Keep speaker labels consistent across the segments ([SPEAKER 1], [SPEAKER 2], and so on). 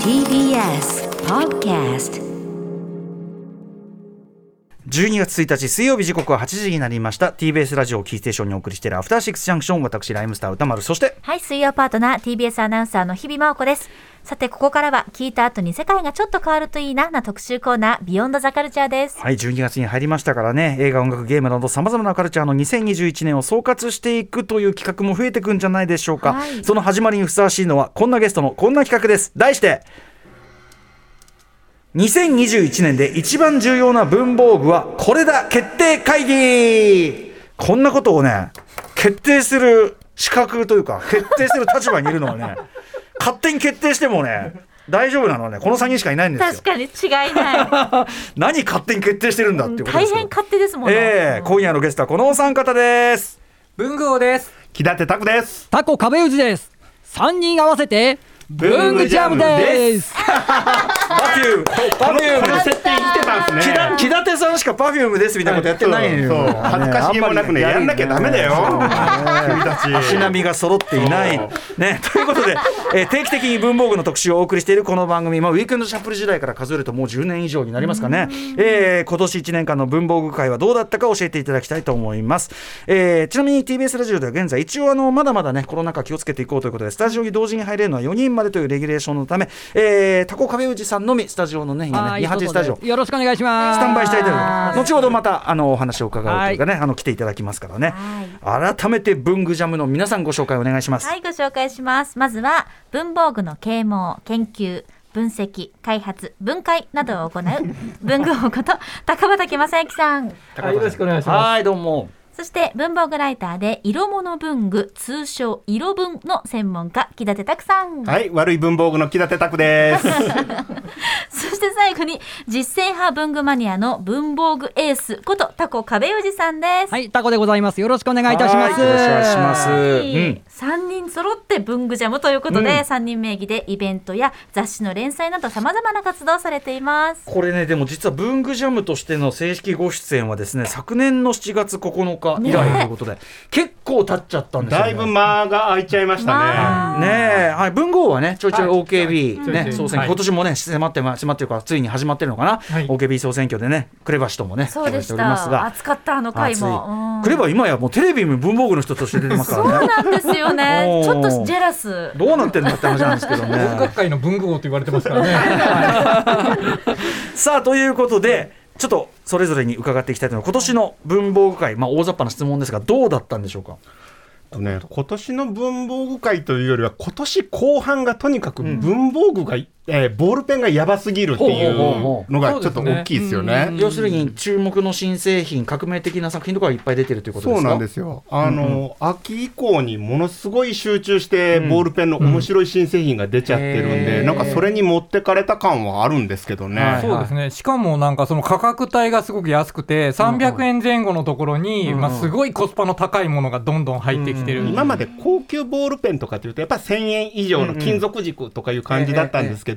[SPEAKER 1] TBS Podcast
[SPEAKER 2] 12月1日水曜日時刻は8時になりました TBS ラジオをキーステーションにお送りしているアフターシックスジャンクション私ライムスター歌丸そして
[SPEAKER 3] はい、水曜パートナー TBS アナウンサーの日々真央子です。さて、ここからは聞いた後に世界がちょっと変わるといいなな特集コーナー、ビヨンドザカルチャーです。
[SPEAKER 2] はい12月に入りましたからね映画音楽ゲームなどさまざまなカルチャーの2021年を総括していくという企画も増えてくんじゃないでしょうか、
[SPEAKER 3] はい
[SPEAKER 2] その始まりにふさわしいのはこんなゲストのこんな企画です題して2021年で一番重要な文房具はこれだ決定会議こんなことをね決定する資格というか決定する立場にいるのは ね勝手に決定してもね大丈夫なのはねこの3人しかいないんですよ
[SPEAKER 3] 確かに違いない。
[SPEAKER 2] 何勝手に決定してるんだっていうことで
[SPEAKER 3] 大
[SPEAKER 2] すよ
[SPEAKER 3] 変勝手ですもんね。
[SPEAKER 2] ええ今夜のゲストはこのお三方です
[SPEAKER 4] 文具王です
[SPEAKER 5] 木立拓です。
[SPEAKER 4] タコ壁打ちです三人合わせて文具ジャムです
[SPEAKER 2] パフュームパフュー
[SPEAKER 5] こ
[SPEAKER 2] ム
[SPEAKER 5] の設定生きてたんです
[SPEAKER 2] 木田
[SPEAKER 5] ね。
[SPEAKER 2] 木立さんしかパフュームですみたいなことやってないのよ、
[SPEAKER 5] そうそう恥ずかしげもなくね
[SPEAKER 2] あまり
[SPEAKER 5] やんなきゃダメだよ
[SPEAKER 2] そうね
[SPEAKER 5] 君たち
[SPEAKER 2] 足並みが揃っていない
[SPEAKER 5] そう
[SPEAKER 2] ね ということで、えー定期的に文房具の特集をお送りしているこの番組、まあ、ウィークエンドシャッフル時代から数えるともう10年以上になりますかね、えー今年1年間の文房具界はどうだったか教えていただきたいと思います、えーちなみに TBS ラジオでは現在一応あのまだまだねコロナ禍気をつけていこうということでスタジオに同時に入れるのは4人までというレギュレーションのため、えータコ壁内さんのみスタジオのね今
[SPEAKER 4] は
[SPEAKER 2] ね
[SPEAKER 4] い
[SPEAKER 2] 八八スタジオ
[SPEAKER 4] よろしくお願いします
[SPEAKER 2] スタンバイしたいと思います。後ほどまたあのお話を伺うというかね、あの来ていただきますからね。改めて文具ジャムの皆さんご紹介お願いします。
[SPEAKER 3] はい、ご紹介します。まずは、文房具の啓蒙、研究、分析、開発、分解などを 行う、文具王こと、高畑正幸さん。
[SPEAKER 4] はいよろしくお願いしま
[SPEAKER 2] はいどうも。
[SPEAKER 3] そして、文房具ライターで、色物文具、通称、色文の専門家、木立拓さん。
[SPEAKER 5] はい、悪い文房具の木立拓です。
[SPEAKER 3] そして最後に実践派文具マニアの文房具エースことタコ壁氏さんです。
[SPEAKER 4] すはいタコでございますよろしくお願いいたします
[SPEAKER 2] はいよろしくお願いしますうん
[SPEAKER 3] 3人揃って文具ジャムということで、三3人名義でイベントや雑誌の連載などさまざまな活動をされています。
[SPEAKER 2] これねでも実は文具ジャムとしての正式ご出演はですね昨年の7月9日以来ということで、結構経っちゃったんですよ、ね。
[SPEAKER 5] だいぶ間が空いちゃいましたね。
[SPEAKER 3] まあ
[SPEAKER 2] ねえ、はい、文豪はね、ちょいちょい OKB、
[SPEAKER 5] は
[SPEAKER 2] ね、
[SPEAKER 5] い
[SPEAKER 2] 総選挙、
[SPEAKER 5] はい
[SPEAKER 2] 今年もね、迫ってま、迫ってるから、ついに始まってるのかな。
[SPEAKER 4] い
[SPEAKER 2] OKB 総選挙でね、クレバ氏ともね、
[SPEAKER 3] そうでし
[SPEAKER 2] おります
[SPEAKER 3] た。
[SPEAKER 2] が。
[SPEAKER 3] 暑かったあの回も。うん
[SPEAKER 2] クレバ今やもうテレビも文房具の人として出てますか
[SPEAKER 3] そ
[SPEAKER 2] ら
[SPEAKER 3] う
[SPEAKER 2] ね。
[SPEAKER 3] なんですよね。
[SPEAKER 2] おー
[SPEAKER 3] ちょっとジェラス。
[SPEAKER 2] どうなってんだって話なんですけど
[SPEAKER 6] 音
[SPEAKER 2] ね
[SPEAKER 6] 楽。界の文具王と言われてますからね。
[SPEAKER 2] さあということでちょっとそれぞれに伺っていきたいと思います今年の文房具界、まあ、大雑把な質問ですがどうだったんでしょうか
[SPEAKER 5] とね、今年の文房具界というよりは、今年後半がとにかく文房具が、えーボールペンがやばすぎるってい
[SPEAKER 2] ほうほうほ
[SPEAKER 5] う
[SPEAKER 2] う
[SPEAKER 5] のがちょっと大きいですよね。
[SPEAKER 2] 要するに注目の新製品革命的な作品とかがいっぱい出てるということです
[SPEAKER 5] そ
[SPEAKER 2] か
[SPEAKER 5] うなんですすよ。あの、秋以降にものすごい集中して、ボールペンの面白い新製品が出ちゃってるんで、
[SPEAKER 2] へー
[SPEAKER 5] なんかそれに持ってかれた感はあるんですけどね。
[SPEAKER 2] はい
[SPEAKER 6] そうですね。しかもなんかその価格帯がすごく安くて、300円前後のところに、
[SPEAKER 2] うん
[SPEAKER 6] まあすごいコスパの高いものがどんどん入ってきてる。
[SPEAKER 5] 今まで高級ボールペンとかっていうとやっぱ1000円以上の金属軸とかいう感じだったんですけ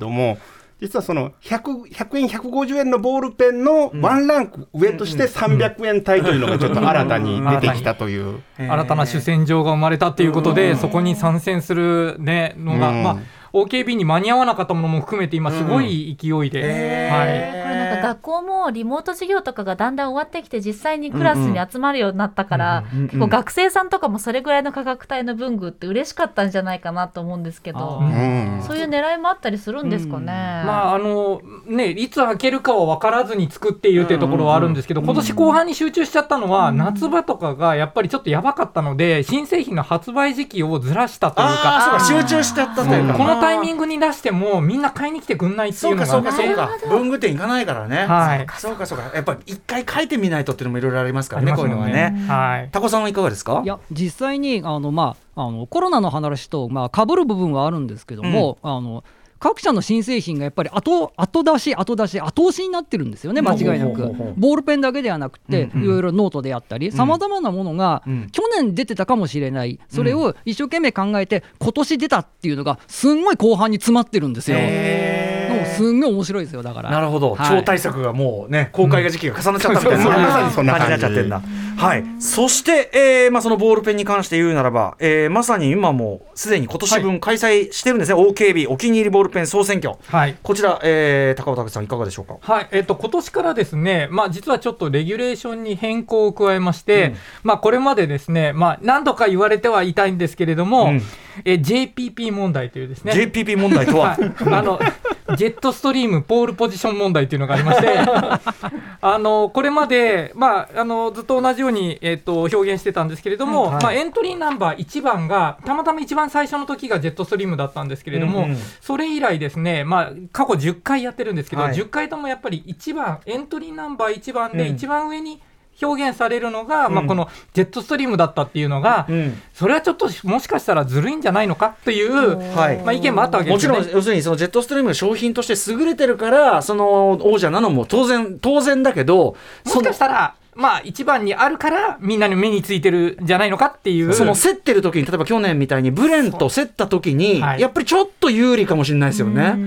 [SPEAKER 5] ども、実はその 100, 100円150円のボールペンのワンランク上として300円帯というのがちょっと新たに出てきたという。
[SPEAKER 6] 新たな主戦場が生まれたっていうことで、そこに参戦するね、のが、
[SPEAKER 5] うん
[SPEAKER 6] まあ、OKB に間に合わなかったものも含めて今すごい勢いで、はい。
[SPEAKER 3] これなんか学校もリモート授業とかがだんだん終わってきて実際にクラスに集まるようになったから、
[SPEAKER 2] うんうん
[SPEAKER 3] 結構学生さんとかもそれぐらいの価格帯の文具って嬉しかったんじゃないかなと思うんですけど
[SPEAKER 6] あー
[SPEAKER 5] うん
[SPEAKER 3] そういう狙いもあったりするんですかね。
[SPEAKER 6] まああのね、いつ開けるかは分からずに作っているというところはあるんですけど、今年後半に集中しちゃったのは、夏場とかがやっぱりちょっとやばかったので、新製品の発売時期をずらしたというか、
[SPEAKER 2] ああそうか集中しちゃったというか
[SPEAKER 6] このタイミ
[SPEAKER 2] グ
[SPEAKER 6] ングに出しても、みんな買いに来てくんないってい
[SPEAKER 2] そう
[SPEAKER 6] うの
[SPEAKER 2] か
[SPEAKER 6] が、
[SPEAKER 2] そうかそうか文具店行かないからね、
[SPEAKER 6] はい
[SPEAKER 2] そうかそうかやっぱり一回書いてみないとっていうのもいろいろありますからね
[SPEAKER 6] あります
[SPEAKER 2] こう
[SPEAKER 6] も
[SPEAKER 2] いう
[SPEAKER 6] んね
[SPEAKER 2] のはね
[SPEAKER 6] はい、
[SPEAKER 2] タコさんはいかがですか
[SPEAKER 4] いや実際にあの、まあ、あのコロナの話と、まあ、被る部分はあるんですけども、あの各社の新製品がやっぱり後後出し後出し後押しになってるんですよね間違いな
[SPEAKER 2] ほうほ
[SPEAKER 4] く
[SPEAKER 2] うほうほう
[SPEAKER 4] ボールペンだけではなくて、
[SPEAKER 2] うんうん
[SPEAKER 4] いろいろノートであったりさまざまなものが、
[SPEAKER 2] うん
[SPEAKER 4] 去年出てたかもしれないそれを一生懸命考えて今年出たっていうのがすんごい後半に詰まってるんですよ。
[SPEAKER 2] へー
[SPEAKER 4] でもすんごい面白いですよだから
[SPEAKER 2] なるほど、
[SPEAKER 4] はい
[SPEAKER 2] 超大作がもうね公開が時期が重なっちゃったみたいな、
[SPEAKER 5] うんそうそうまさにそんな感じ
[SPEAKER 2] になっちゃってんだ、はい、そして、えーまあ、そのボールペンに関して言うならば、えーまさに今もうすでに今年分開催してるんですね、OKB お気に入りボールペン総選挙
[SPEAKER 6] はい
[SPEAKER 2] こちら、えー、高尾拓さんいかがでしょうか
[SPEAKER 6] はい、えっと、今年からですね、まあ、実はちょっとレギュレーションに変更を加えまして、まあ、これまでですね、まあ、何度か言われてはいたいんですけれども、
[SPEAKER 2] うん
[SPEAKER 6] え JPP 問題というですね、
[SPEAKER 2] JPP 問題とは、
[SPEAKER 6] はい、あのジェットストリームポールポジション問題というのがあ りましてあのこれまで、まあ、あのずっと同じように、えっと表現してたんですけれども、
[SPEAKER 2] はい
[SPEAKER 6] まあ、エントリーナンバー1番がたまたま一番最初の時がジェットストリームだったんですけれども、
[SPEAKER 2] うんうん
[SPEAKER 6] それ以来ですね、まあ、過去10回やってるんですけど、
[SPEAKER 2] はい
[SPEAKER 6] 10回ともやっぱり1番エントリーナンバー1番で
[SPEAKER 2] うん
[SPEAKER 6] 一番上に表現されるのが、
[SPEAKER 2] う
[SPEAKER 6] まあ、
[SPEAKER 2] ん
[SPEAKER 6] このジェットストリームだったっていうのが、
[SPEAKER 2] うん
[SPEAKER 6] それはちょっともしかしたらずるいんじゃないのかっていう、
[SPEAKER 2] はい
[SPEAKER 6] まあ、意見もあったわけ
[SPEAKER 2] も
[SPEAKER 6] です
[SPEAKER 2] ち
[SPEAKER 6] よ
[SPEAKER 2] ろ
[SPEAKER 6] ね。
[SPEAKER 2] ん要するにそのジェットストリームが商品として優れてるからその王者なのも当然当然だけど
[SPEAKER 6] もしかしたら、まあ、一番にあるから、みんなに目についてるんじゃないのかっていう。
[SPEAKER 2] その競ってる時に例えば去年みたいにブレンと競った時に、
[SPEAKER 6] はい
[SPEAKER 2] やっぱりちょっと有利かもしれないですよね。
[SPEAKER 6] はい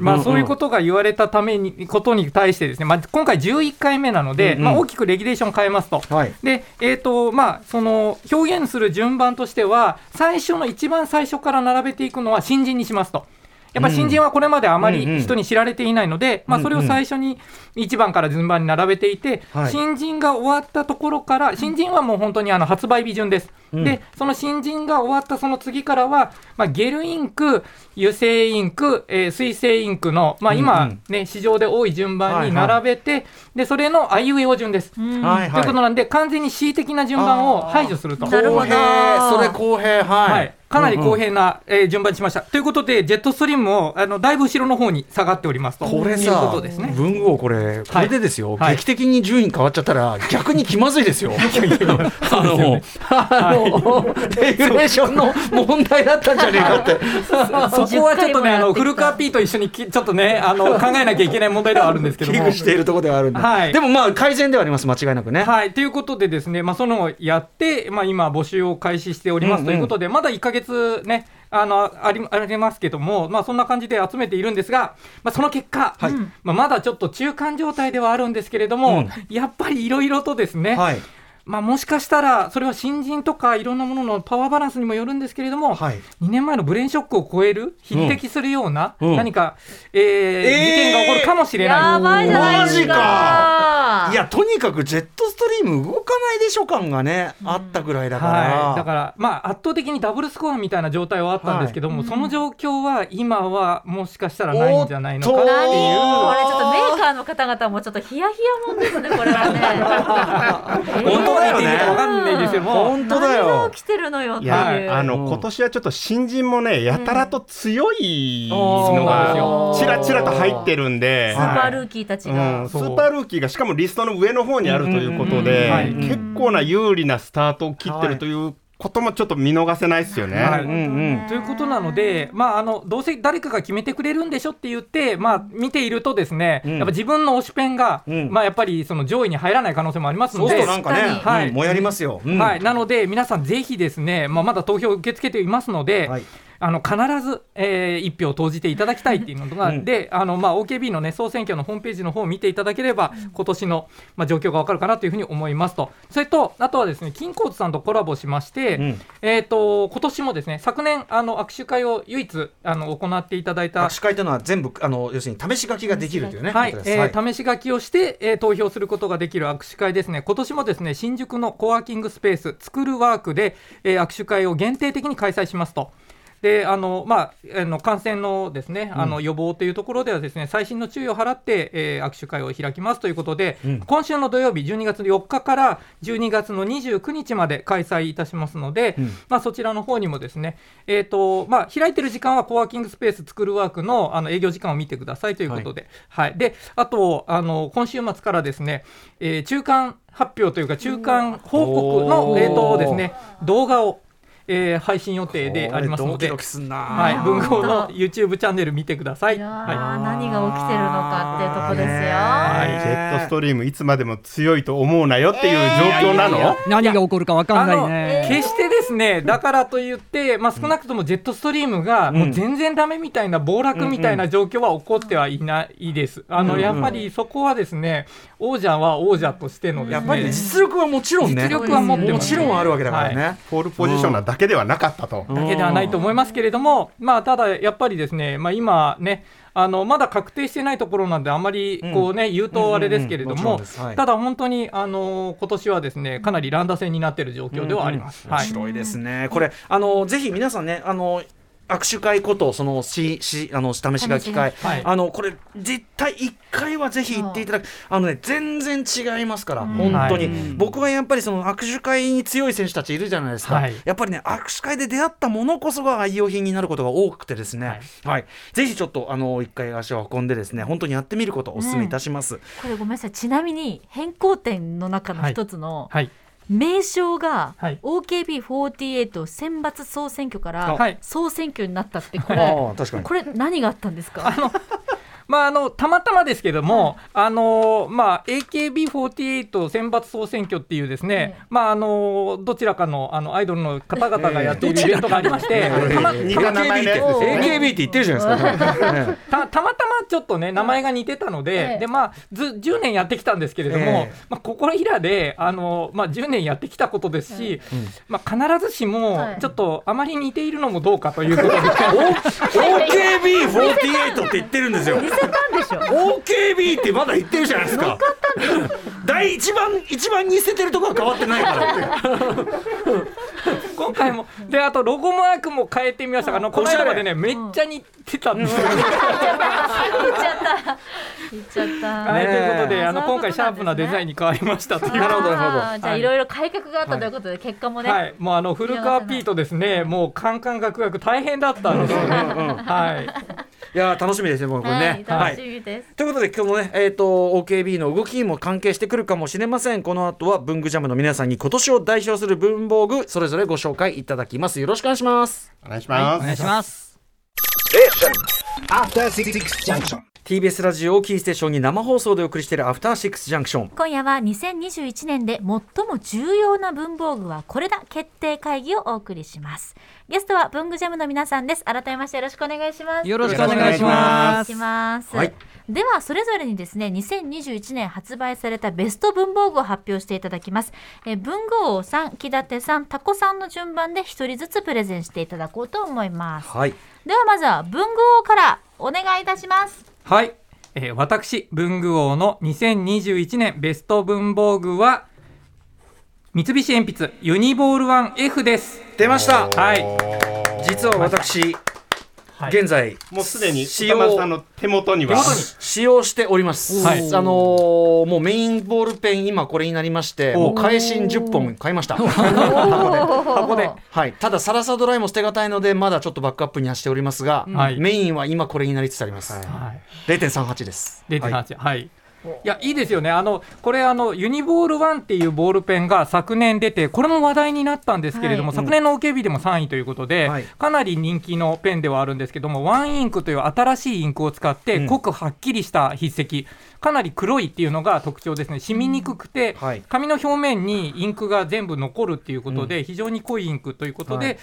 [SPEAKER 6] ま
[SPEAKER 2] うんう
[SPEAKER 6] あ、
[SPEAKER 2] ん
[SPEAKER 6] そういうことが言われたために、ことに対してですね、まあ、今回11回目なの
[SPEAKER 2] う
[SPEAKER 6] で、
[SPEAKER 2] んうん
[SPEAKER 6] まあ、大きくレギュレーション変えますと。
[SPEAKER 2] はい
[SPEAKER 6] で、えーとまあ、その表現する順番としては、最初の一番最初から並べていくのは新人にしますと。やっぱ新人はこれまであま
[SPEAKER 2] うんうん
[SPEAKER 6] り人に知られていないので、まあ、それを最初に1番から順番に並べていて、
[SPEAKER 2] はい
[SPEAKER 6] 新人が終わったところから、新人はもう本当にあの発売日順です。
[SPEAKER 2] ん
[SPEAKER 6] で、その新人が終わったその次からは、まあ、ゲルインク、油性インク、えー水性インクの、まあ、
[SPEAKER 2] う
[SPEAKER 6] 今、
[SPEAKER 2] ん
[SPEAKER 6] ね市場で多い順番に並べて、でそれのあいうえお順です。
[SPEAKER 2] はい
[SPEAKER 6] ということなんで、完全に恣意的な順番を排除すると。
[SPEAKER 7] なるほど
[SPEAKER 2] 公平それ公平はい、
[SPEAKER 6] はい、かなり公
[SPEAKER 2] うんうん
[SPEAKER 6] 平な、えー順番にしました。ということで、ジェットストリームもあのだいぶ後ろの方に下がっておりますと
[SPEAKER 2] これ
[SPEAKER 6] いうこ
[SPEAKER 2] さ
[SPEAKER 6] とですね。
[SPEAKER 2] 文豪これこれでですよ、
[SPEAKER 6] はい
[SPEAKER 2] 劇的に順位変わっちゃったら逆に気まずい ですよ。あの、あのレギュレーションの問題だったんじゃねえかって。
[SPEAKER 6] そこはちょっとね、あ
[SPEAKER 7] 10回もやって
[SPEAKER 6] の
[SPEAKER 7] きた
[SPEAKER 6] 古川 P と一緒にきちょっとねあの、考えなきゃいけない問題ではあるんですけど
[SPEAKER 2] 危
[SPEAKER 6] も
[SPEAKER 2] 惧。しているところではあるんで、
[SPEAKER 6] はい
[SPEAKER 2] でもまあ改善ではあります間違いなくね。
[SPEAKER 6] はい、ということでですね、まあ、そのをやって、まあ、今、募集を開始しておりま
[SPEAKER 2] うんう
[SPEAKER 6] す
[SPEAKER 2] ん
[SPEAKER 6] ということで、まだ1か月ね、あのありありますけども、まあ、そんな感じで集めているんですが、まあ、その結果、
[SPEAKER 2] はい
[SPEAKER 6] まあ、まだちょっと中間状態ではあるんですけれども、やっぱりいろいろとですね、
[SPEAKER 2] はい
[SPEAKER 6] まあ、もしかしたら、それは新人とかいろんなもののパワーバランスにもよるんですけれども、
[SPEAKER 2] はい
[SPEAKER 6] 2年前のブレーンショックを超える、匹敵するような、
[SPEAKER 2] うんうん
[SPEAKER 6] 何か、えー事件が起こるかもしれない。
[SPEAKER 7] やばいじゃないですか
[SPEAKER 2] いやとにかくジェットストリーム動かないでしょ感がね、あったぐらいだから、
[SPEAKER 6] はい、だから、まあ、圧倒的にダブルスコアみたいな状態はあったんですけども、その状況は今はもしかしたらないんじゃないのか
[SPEAKER 2] おっ
[SPEAKER 6] っ
[SPEAKER 2] と
[SPEAKER 6] て
[SPEAKER 7] 何こ
[SPEAKER 6] いう。
[SPEAKER 7] れちょっとメーカーの方々もちょっとヒヤヒヤもんですねこれは ね
[SPEAKER 2] 本当だよね
[SPEAKER 6] 見てみてわかんないですけども。
[SPEAKER 2] 本当だ
[SPEAKER 7] 何
[SPEAKER 2] よ
[SPEAKER 7] が起きてるのよって
[SPEAKER 5] い
[SPEAKER 7] いう
[SPEAKER 5] や、あ
[SPEAKER 2] うん
[SPEAKER 5] の、今年はちょっと新人もね、やたらと強いの
[SPEAKER 7] うん
[SPEAKER 5] が、ちらちらと入ってるんで、
[SPEAKER 7] スーパ
[SPEAKER 5] は
[SPEAKER 7] ー
[SPEAKER 5] い
[SPEAKER 7] ルーキーたち
[SPEAKER 5] う
[SPEAKER 7] が
[SPEAKER 5] ん、スーパールーキーがしかもリストの上の方にあるということ
[SPEAKER 6] うんは
[SPEAKER 5] で、
[SPEAKER 6] い
[SPEAKER 5] 結構な有利なスタートを切ってるということもちょっと見逃せないですよね。
[SPEAKER 6] は
[SPEAKER 2] う
[SPEAKER 6] い
[SPEAKER 2] んうん
[SPEAKER 6] ということなので、まあ、あのどうせ誰かが決めてくれるんでしょって言って、まあ、見ているとですね、
[SPEAKER 2] うん
[SPEAKER 6] やっぱ自分の推しペンが、
[SPEAKER 2] うん
[SPEAKER 6] まあ、やっぱりその上位に入らない可能性もあります
[SPEAKER 2] そ
[SPEAKER 6] の
[SPEAKER 2] うす
[SPEAKER 6] で
[SPEAKER 2] るとなんかね、
[SPEAKER 7] 確
[SPEAKER 6] かに
[SPEAKER 2] うんもやりますよ、うん
[SPEAKER 6] はい、なので皆さんぜひですね、まあ、まだ投票受け付けていますので、
[SPEAKER 2] はい
[SPEAKER 6] あの必ず、えー、1票投じていただきたいっていうのが、
[SPEAKER 2] うん
[SPEAKER 6] であのまあ OKB の、ね、総選挙のホームページの方を見ていただければ今年の、まあ、状況がわかるかなというふうに思いますとそれとあとはですね金光さんとコラボしまして、
[SPEAKER 2] うん
[SPEAKER 6] えー、と今年もですね昨年あの握手会を唯一あの行っていただいた
[SPEAKER 2] 握手会というのは全部あの要するに試し書きができるというね、
[SPEAKER 6] はい
[SPEAKER 2] ことです
[SPEAKER 6] えー試し書きをして、えー投票することができる握手会ですね、今年もですね新宿のコワーキングスペース、作るワークで、えー握手会を限定的に開催しますと。であのまあ、あの感染のです、ね、あの予防というところではです、ね、細心の注意を払って、えー握手会を開きますということで、
[SPEAKER 2] うん
[SPEAKER 6] 今週の土曜日、12月4日から12月の29日まで開催いたしますので、
[SPEAKER 2] うん
[SPEAKER 6] まあ、そちらの方にもですね、えーとまあ、開いてる時間はコワーキングスペース作るワークのあの営業時間を見てくださいということで、はいであとあの、今週末からですね、えー中間発表というか、中間報告
[SPEAKER 2] お
[SPEAKER 6] の、
[SPEAKER 2] ー
[SPEAKER 6] えーとですね、動画を、えー配信予定であります
[SPEAKER 2] これ
[SPEAKER 6] ので
[SPEAKER 2] ドキド。キすんな、
[SPEAKER 6] はい、文豪の
[SPEAKER 7] 本当
[SPEAKER 6] YouTube チャンネル見てください。
[SPEAKER 7] いやー
[SPEAKER 6] は
[SPEAKER 7] 何が起きてるのかっていうとこですよ
[SPEAKER 5] はいジェットストリームいつまでも強いと思うなよっていう状況なの、
[SPEAKER 4] 何が起こるか分かんない
[SPEAKER 6] い
[SPEAKER 4] ね
[SPEAKER 6] 決してですですね、だからといって、まあ、少なくともジェットストリームが、もう全然ダメみたいな、暴落みたいな状況は起こってはいないです。あの、やっぱりそこはですね、王者は王者としてのですね、
[SPEAKER 2] やっぱり実力はもちろんね
[SPEAKER 6] 実力は持って
[SPEAKER 2] も
[SPEAKER 6] ます
[SPEAKER 2] ちろんあるわけだからね、
[SPEAKER 5] フォールポジションなだけではなかったと。
[SPEAKER 6] だけではないと思いますけれども、まあ、ただやっぱりですね、まあ、今ね、あのまだ確定してないところなんで、あまりこう、ね言うとあれですけれど
[SPEAKER 2] うんうんうんもちろ
[SPEAKER 6] も、
[SPEAKER 2] んですはい
[SPEAKER 6] ただ本当に、あの今年はですねかなり乱打戦になっている状況ではあります。
[SPEAKER 2] 面
[SPEAKER 6] はい
[SPEAKER 2] 白いですね。これあのぜひ皆さんねあの握手会ことそのししあの試し書き会、
[SPEAKER 7] 試
[SPEAKER 6] し書きはい
[SPEAKER 2] あのこれ絶対一回はぜひ行っていただくあのね全然違いますから、本当に、
[SPEAKER 6] は
[SPEAKER 2] 僕はやっぱりその握手会に強い選手たちいるじゃないですか、
[SPEAKER 6] はい
[SPEAKER 2] やっぱりね握手会で出会ったものこそが愛用品になることが多くてですね、はいぜひちょっとあの一回足を運んでですね本当にやってみることをお勧めいたします。
[SPEAKER 3] これごめんなさいちなみに変更点の中の一つの
[SPEAKER 6] はい
[SPEAKER 3] 名称が
[SPEAKER 6] はい
[SPEAKER 3] OKB48 選抜総選挙か
[SPEAKER 6] は
[SPEAKER 3] ら
[SPEAKER 6] い
[SPEAKER 3] 総選挙になったってこ
[SPEAKER 2] あ
[SPEAKER 3] れ
[SPEAKER 2] ー確かに
[SPEAKER 3] これ何があったんです か
[SPEAKER 6] まあ、あのたまたまですけども、あのまあ、AKB48 選抜総選挙っていうですね、まあ、あのどちらかのあのアイドルの方々がやっているイベントがありまして、たま
[SPEAKER 5] 似た名前のやつですよ
[SPEAKER 2] AKB
[SPEAKER 5] ね。
[SPEAKER 2] って言ってるじゃないですか。ね
[SPEAKER 6] たたまたまちょっとね名前が似てたので、
[SPEAKER 3] ええ
[SPEAKER 6] でまあず10年やってきたんですけれども、
[SPEAKER 2] ええ
[SPEAKER 6] まあここひらであのまあ10年やってきたことですし、まあ必ずし
[SPEAKER 3] は
[SPEAKER 6] も
[SPEAKER 3] い
[SPEAKER 6] ちょっとあまり似ているのもどうかということ で、
[SPEAKER 2] OKB48 って言ってるんですよ。OKB ってまだ言ってるじゃないですか。第一番一番似せてるとこは変わってないから。
[SPEAKER 6] 今回もであとロゴマークも変えてみましたがあのこの間までねめっちゃ似てたんですよ。
[SPEAKER 3] 言っちゃった言っちゃった
[SPEAKER 6] はい、ということ
[SPEAKER 3] ねえ
[SPEAKER 6] であの
[SPEAKER 3] そういうこと
[SPEAKER 6] 今回シャープなデザインに変わりましたという。
[SPEAKER 3] あーじゃあいろいろ改革があったということで結果もね
[SPEAKER 6] はい、もうあの古川 P とですね、もうカンカンガクガク大変だったんですよね。 はい。
[SPEAKER 2] いやー楽しみですねもうこれ
[SPEAKER 3] はい
[SPEAKER 2] ね。は
[SPEAKER 3] 楽し
[SPEAKER 2] い。
[SPEAKER 3] みです
[SPEAKER 2] ということで今日もね、えー、と OKB の動きにも関係してくるかもしれませんこの後は文具ジャムの皆さんに今年を代表する文房具それぞれご紹介いただきますよろしくお願いします
[SPEAKER 5] お願いします。
[SPEAKER 4] お願いします。
[SPEAKER 8] After Six Junction.
[SPEAKER 2] TBS ラジオをキーステーションに生放送でお送りしている「アフターシックスジャンクション」
[SPEAKER 7] 今夜は2021年で最も重要な文房具はこれだ決定会議をお送りしますゲストは文具ジャムの皆さんです改めましてよろしくお願いします
[SPEAKER 4] よろしくお願いしま
[SPEAKER 7] し
[SPEAKER 4] す。
[SPEAKER 7] ます、
[SPEAKER 2] はい
[SPEAKER 7] ではそれぞれにですね2021年発売されたベスト文房具を発表していただきますえー文具王さん木立さんタコさんの順番で一人ずつプレゼンしていただこうと思います
[SPEAKER 2] はい
[SPEAKER 7] ではまずは文具王からお願いいたします
[SPEAKER 6] はい、えー私文具王の2021年ベスト文房具は三菱鉛筆ユニボール 1F です
[SPEAKER 2] 出ました
[SPEAKER 6] はい
[SPEAKER 2] 実は私、
[SPEAKER 6] はい
[SPEAKER 2] 現在
[SPEAKER 5] もうすでに
[SPEAKER 2] 使
[SPEAKER 5] 歌
[SPEAKER 2] 用
[SPEAKER 5] 丸さんの手元には。
[SPEAKER 2] 使用しております、
[SPEAKER 6] はい
[SPEAKER 2] あのーもうメインボールペン今これになりましてもう返し10本買いました箱で、 はい、ただサラサドライも捨てがたいのでまだちょっとバックアップにはしておりますが、
[SPEAKER 6] はい
[SPEAKER 2] メインは今これになりつつあります、
[SPEAKER 6] はい
[SPEAKER 2] 0.38です
[SPEAKER 6] 0.8はい、いやいいですよね、あのこれあの、ユニボール1っていうボールペンが昨年出て、これも話題になったんですけれども、昨年の OKB でも3位ということで、
[SPEAKER 2] はい
[SPEAKER 6] かなり人気のペンではあるんですけども、ワンインクという新しいインクを使って、濃くはっきりした筆跡、かなり黒いっていうのが特徴ですね、染みにくくて、
[SPEAKER 2] うんはい
[SPEAKER 6] 紙の表面にインクが全部残るっていうことで、非常に濃いインクということで、
[SPEAKER 2] はい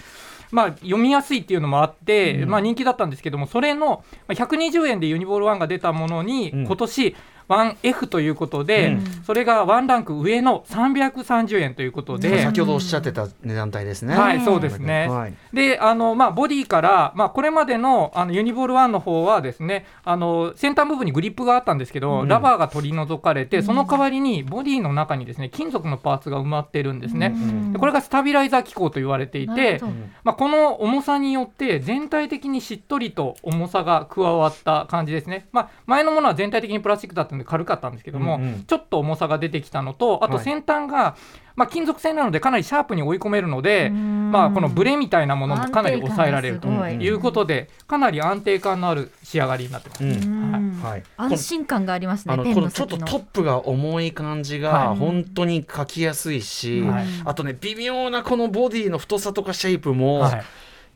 [SPEAKER 6] まあ、読みやすいっていうのもあって、まあ、人気だったんですけども、それのまあ120円でユニボール1が出たものに、
[SPEAKER 2] ん
[SPEAKER 6] 今年 1F ということで、それがワンランク上の330円ということで。
[SPEAKER 2] 先ほどおっしゃってた値段帯ですね、
[SPEAKER 6] はい、そうですね。
[SPEAKER 2] はい
[SPEAKER 6] で、あの、まあ、ボディから、まあ、これまでの、あの、ユニボール1の方はですね、あの、先端部分にグリップがあったんですけど、ラバーが取り除かれて、その代わりに、ボディの中にですね、金属のパーツが埋まってるんですね。でこれがスタビライザー機構と言われてい
[SPEAKER 3] なる
[SPEAKER 6] て
[SPEAKER 3] ほ、ど
[SPEAKER 6] まあ、この重さによって全体的にしっとりと重さが加わった感じですね、まあ、前のものは全体的にプラスチックだったので軽かったんですけども、
[SPEAKER 2] うんうん
[SPEAKER 6] ちょっと重さが出てきたのとあと
[SPEAKER 2] はい
[SPEAKER 6] 先端が、まあ、金属製なのでかなりシャープに追い込めるので、まあ、このブレみたいなものもかなり抑えられると
[SPEAKER 3] 安定感がすごい
[SPEAKER 6] いうことでかなり安定感のある仕上がりになってます。
[SPEAKER 2] うん
[SPEAKER 3] うん
[SPEAKER 2] はい
[SPEAKER 3] 安心感がありますね
[SPEAKER 2] あの
[SPEAKER 3] ペン
[SPEAKER 2] こ
[SPEAKER 3] の
[SPEAKER 2] のちょっと
[SPEAKER 3] 先
[SPEAKER 2] ト
[SPEAKER 3] の
[SPEAKER 2] ップが重い感じが
[SPEAKER 6] は
[SPEAKER 2] 本当に書きやすいし、
[SPEAKER 6] はい
[SPEAKER 2] あとね微妙なこのボディの太さとかシェイプも
[SPEAKER 6] は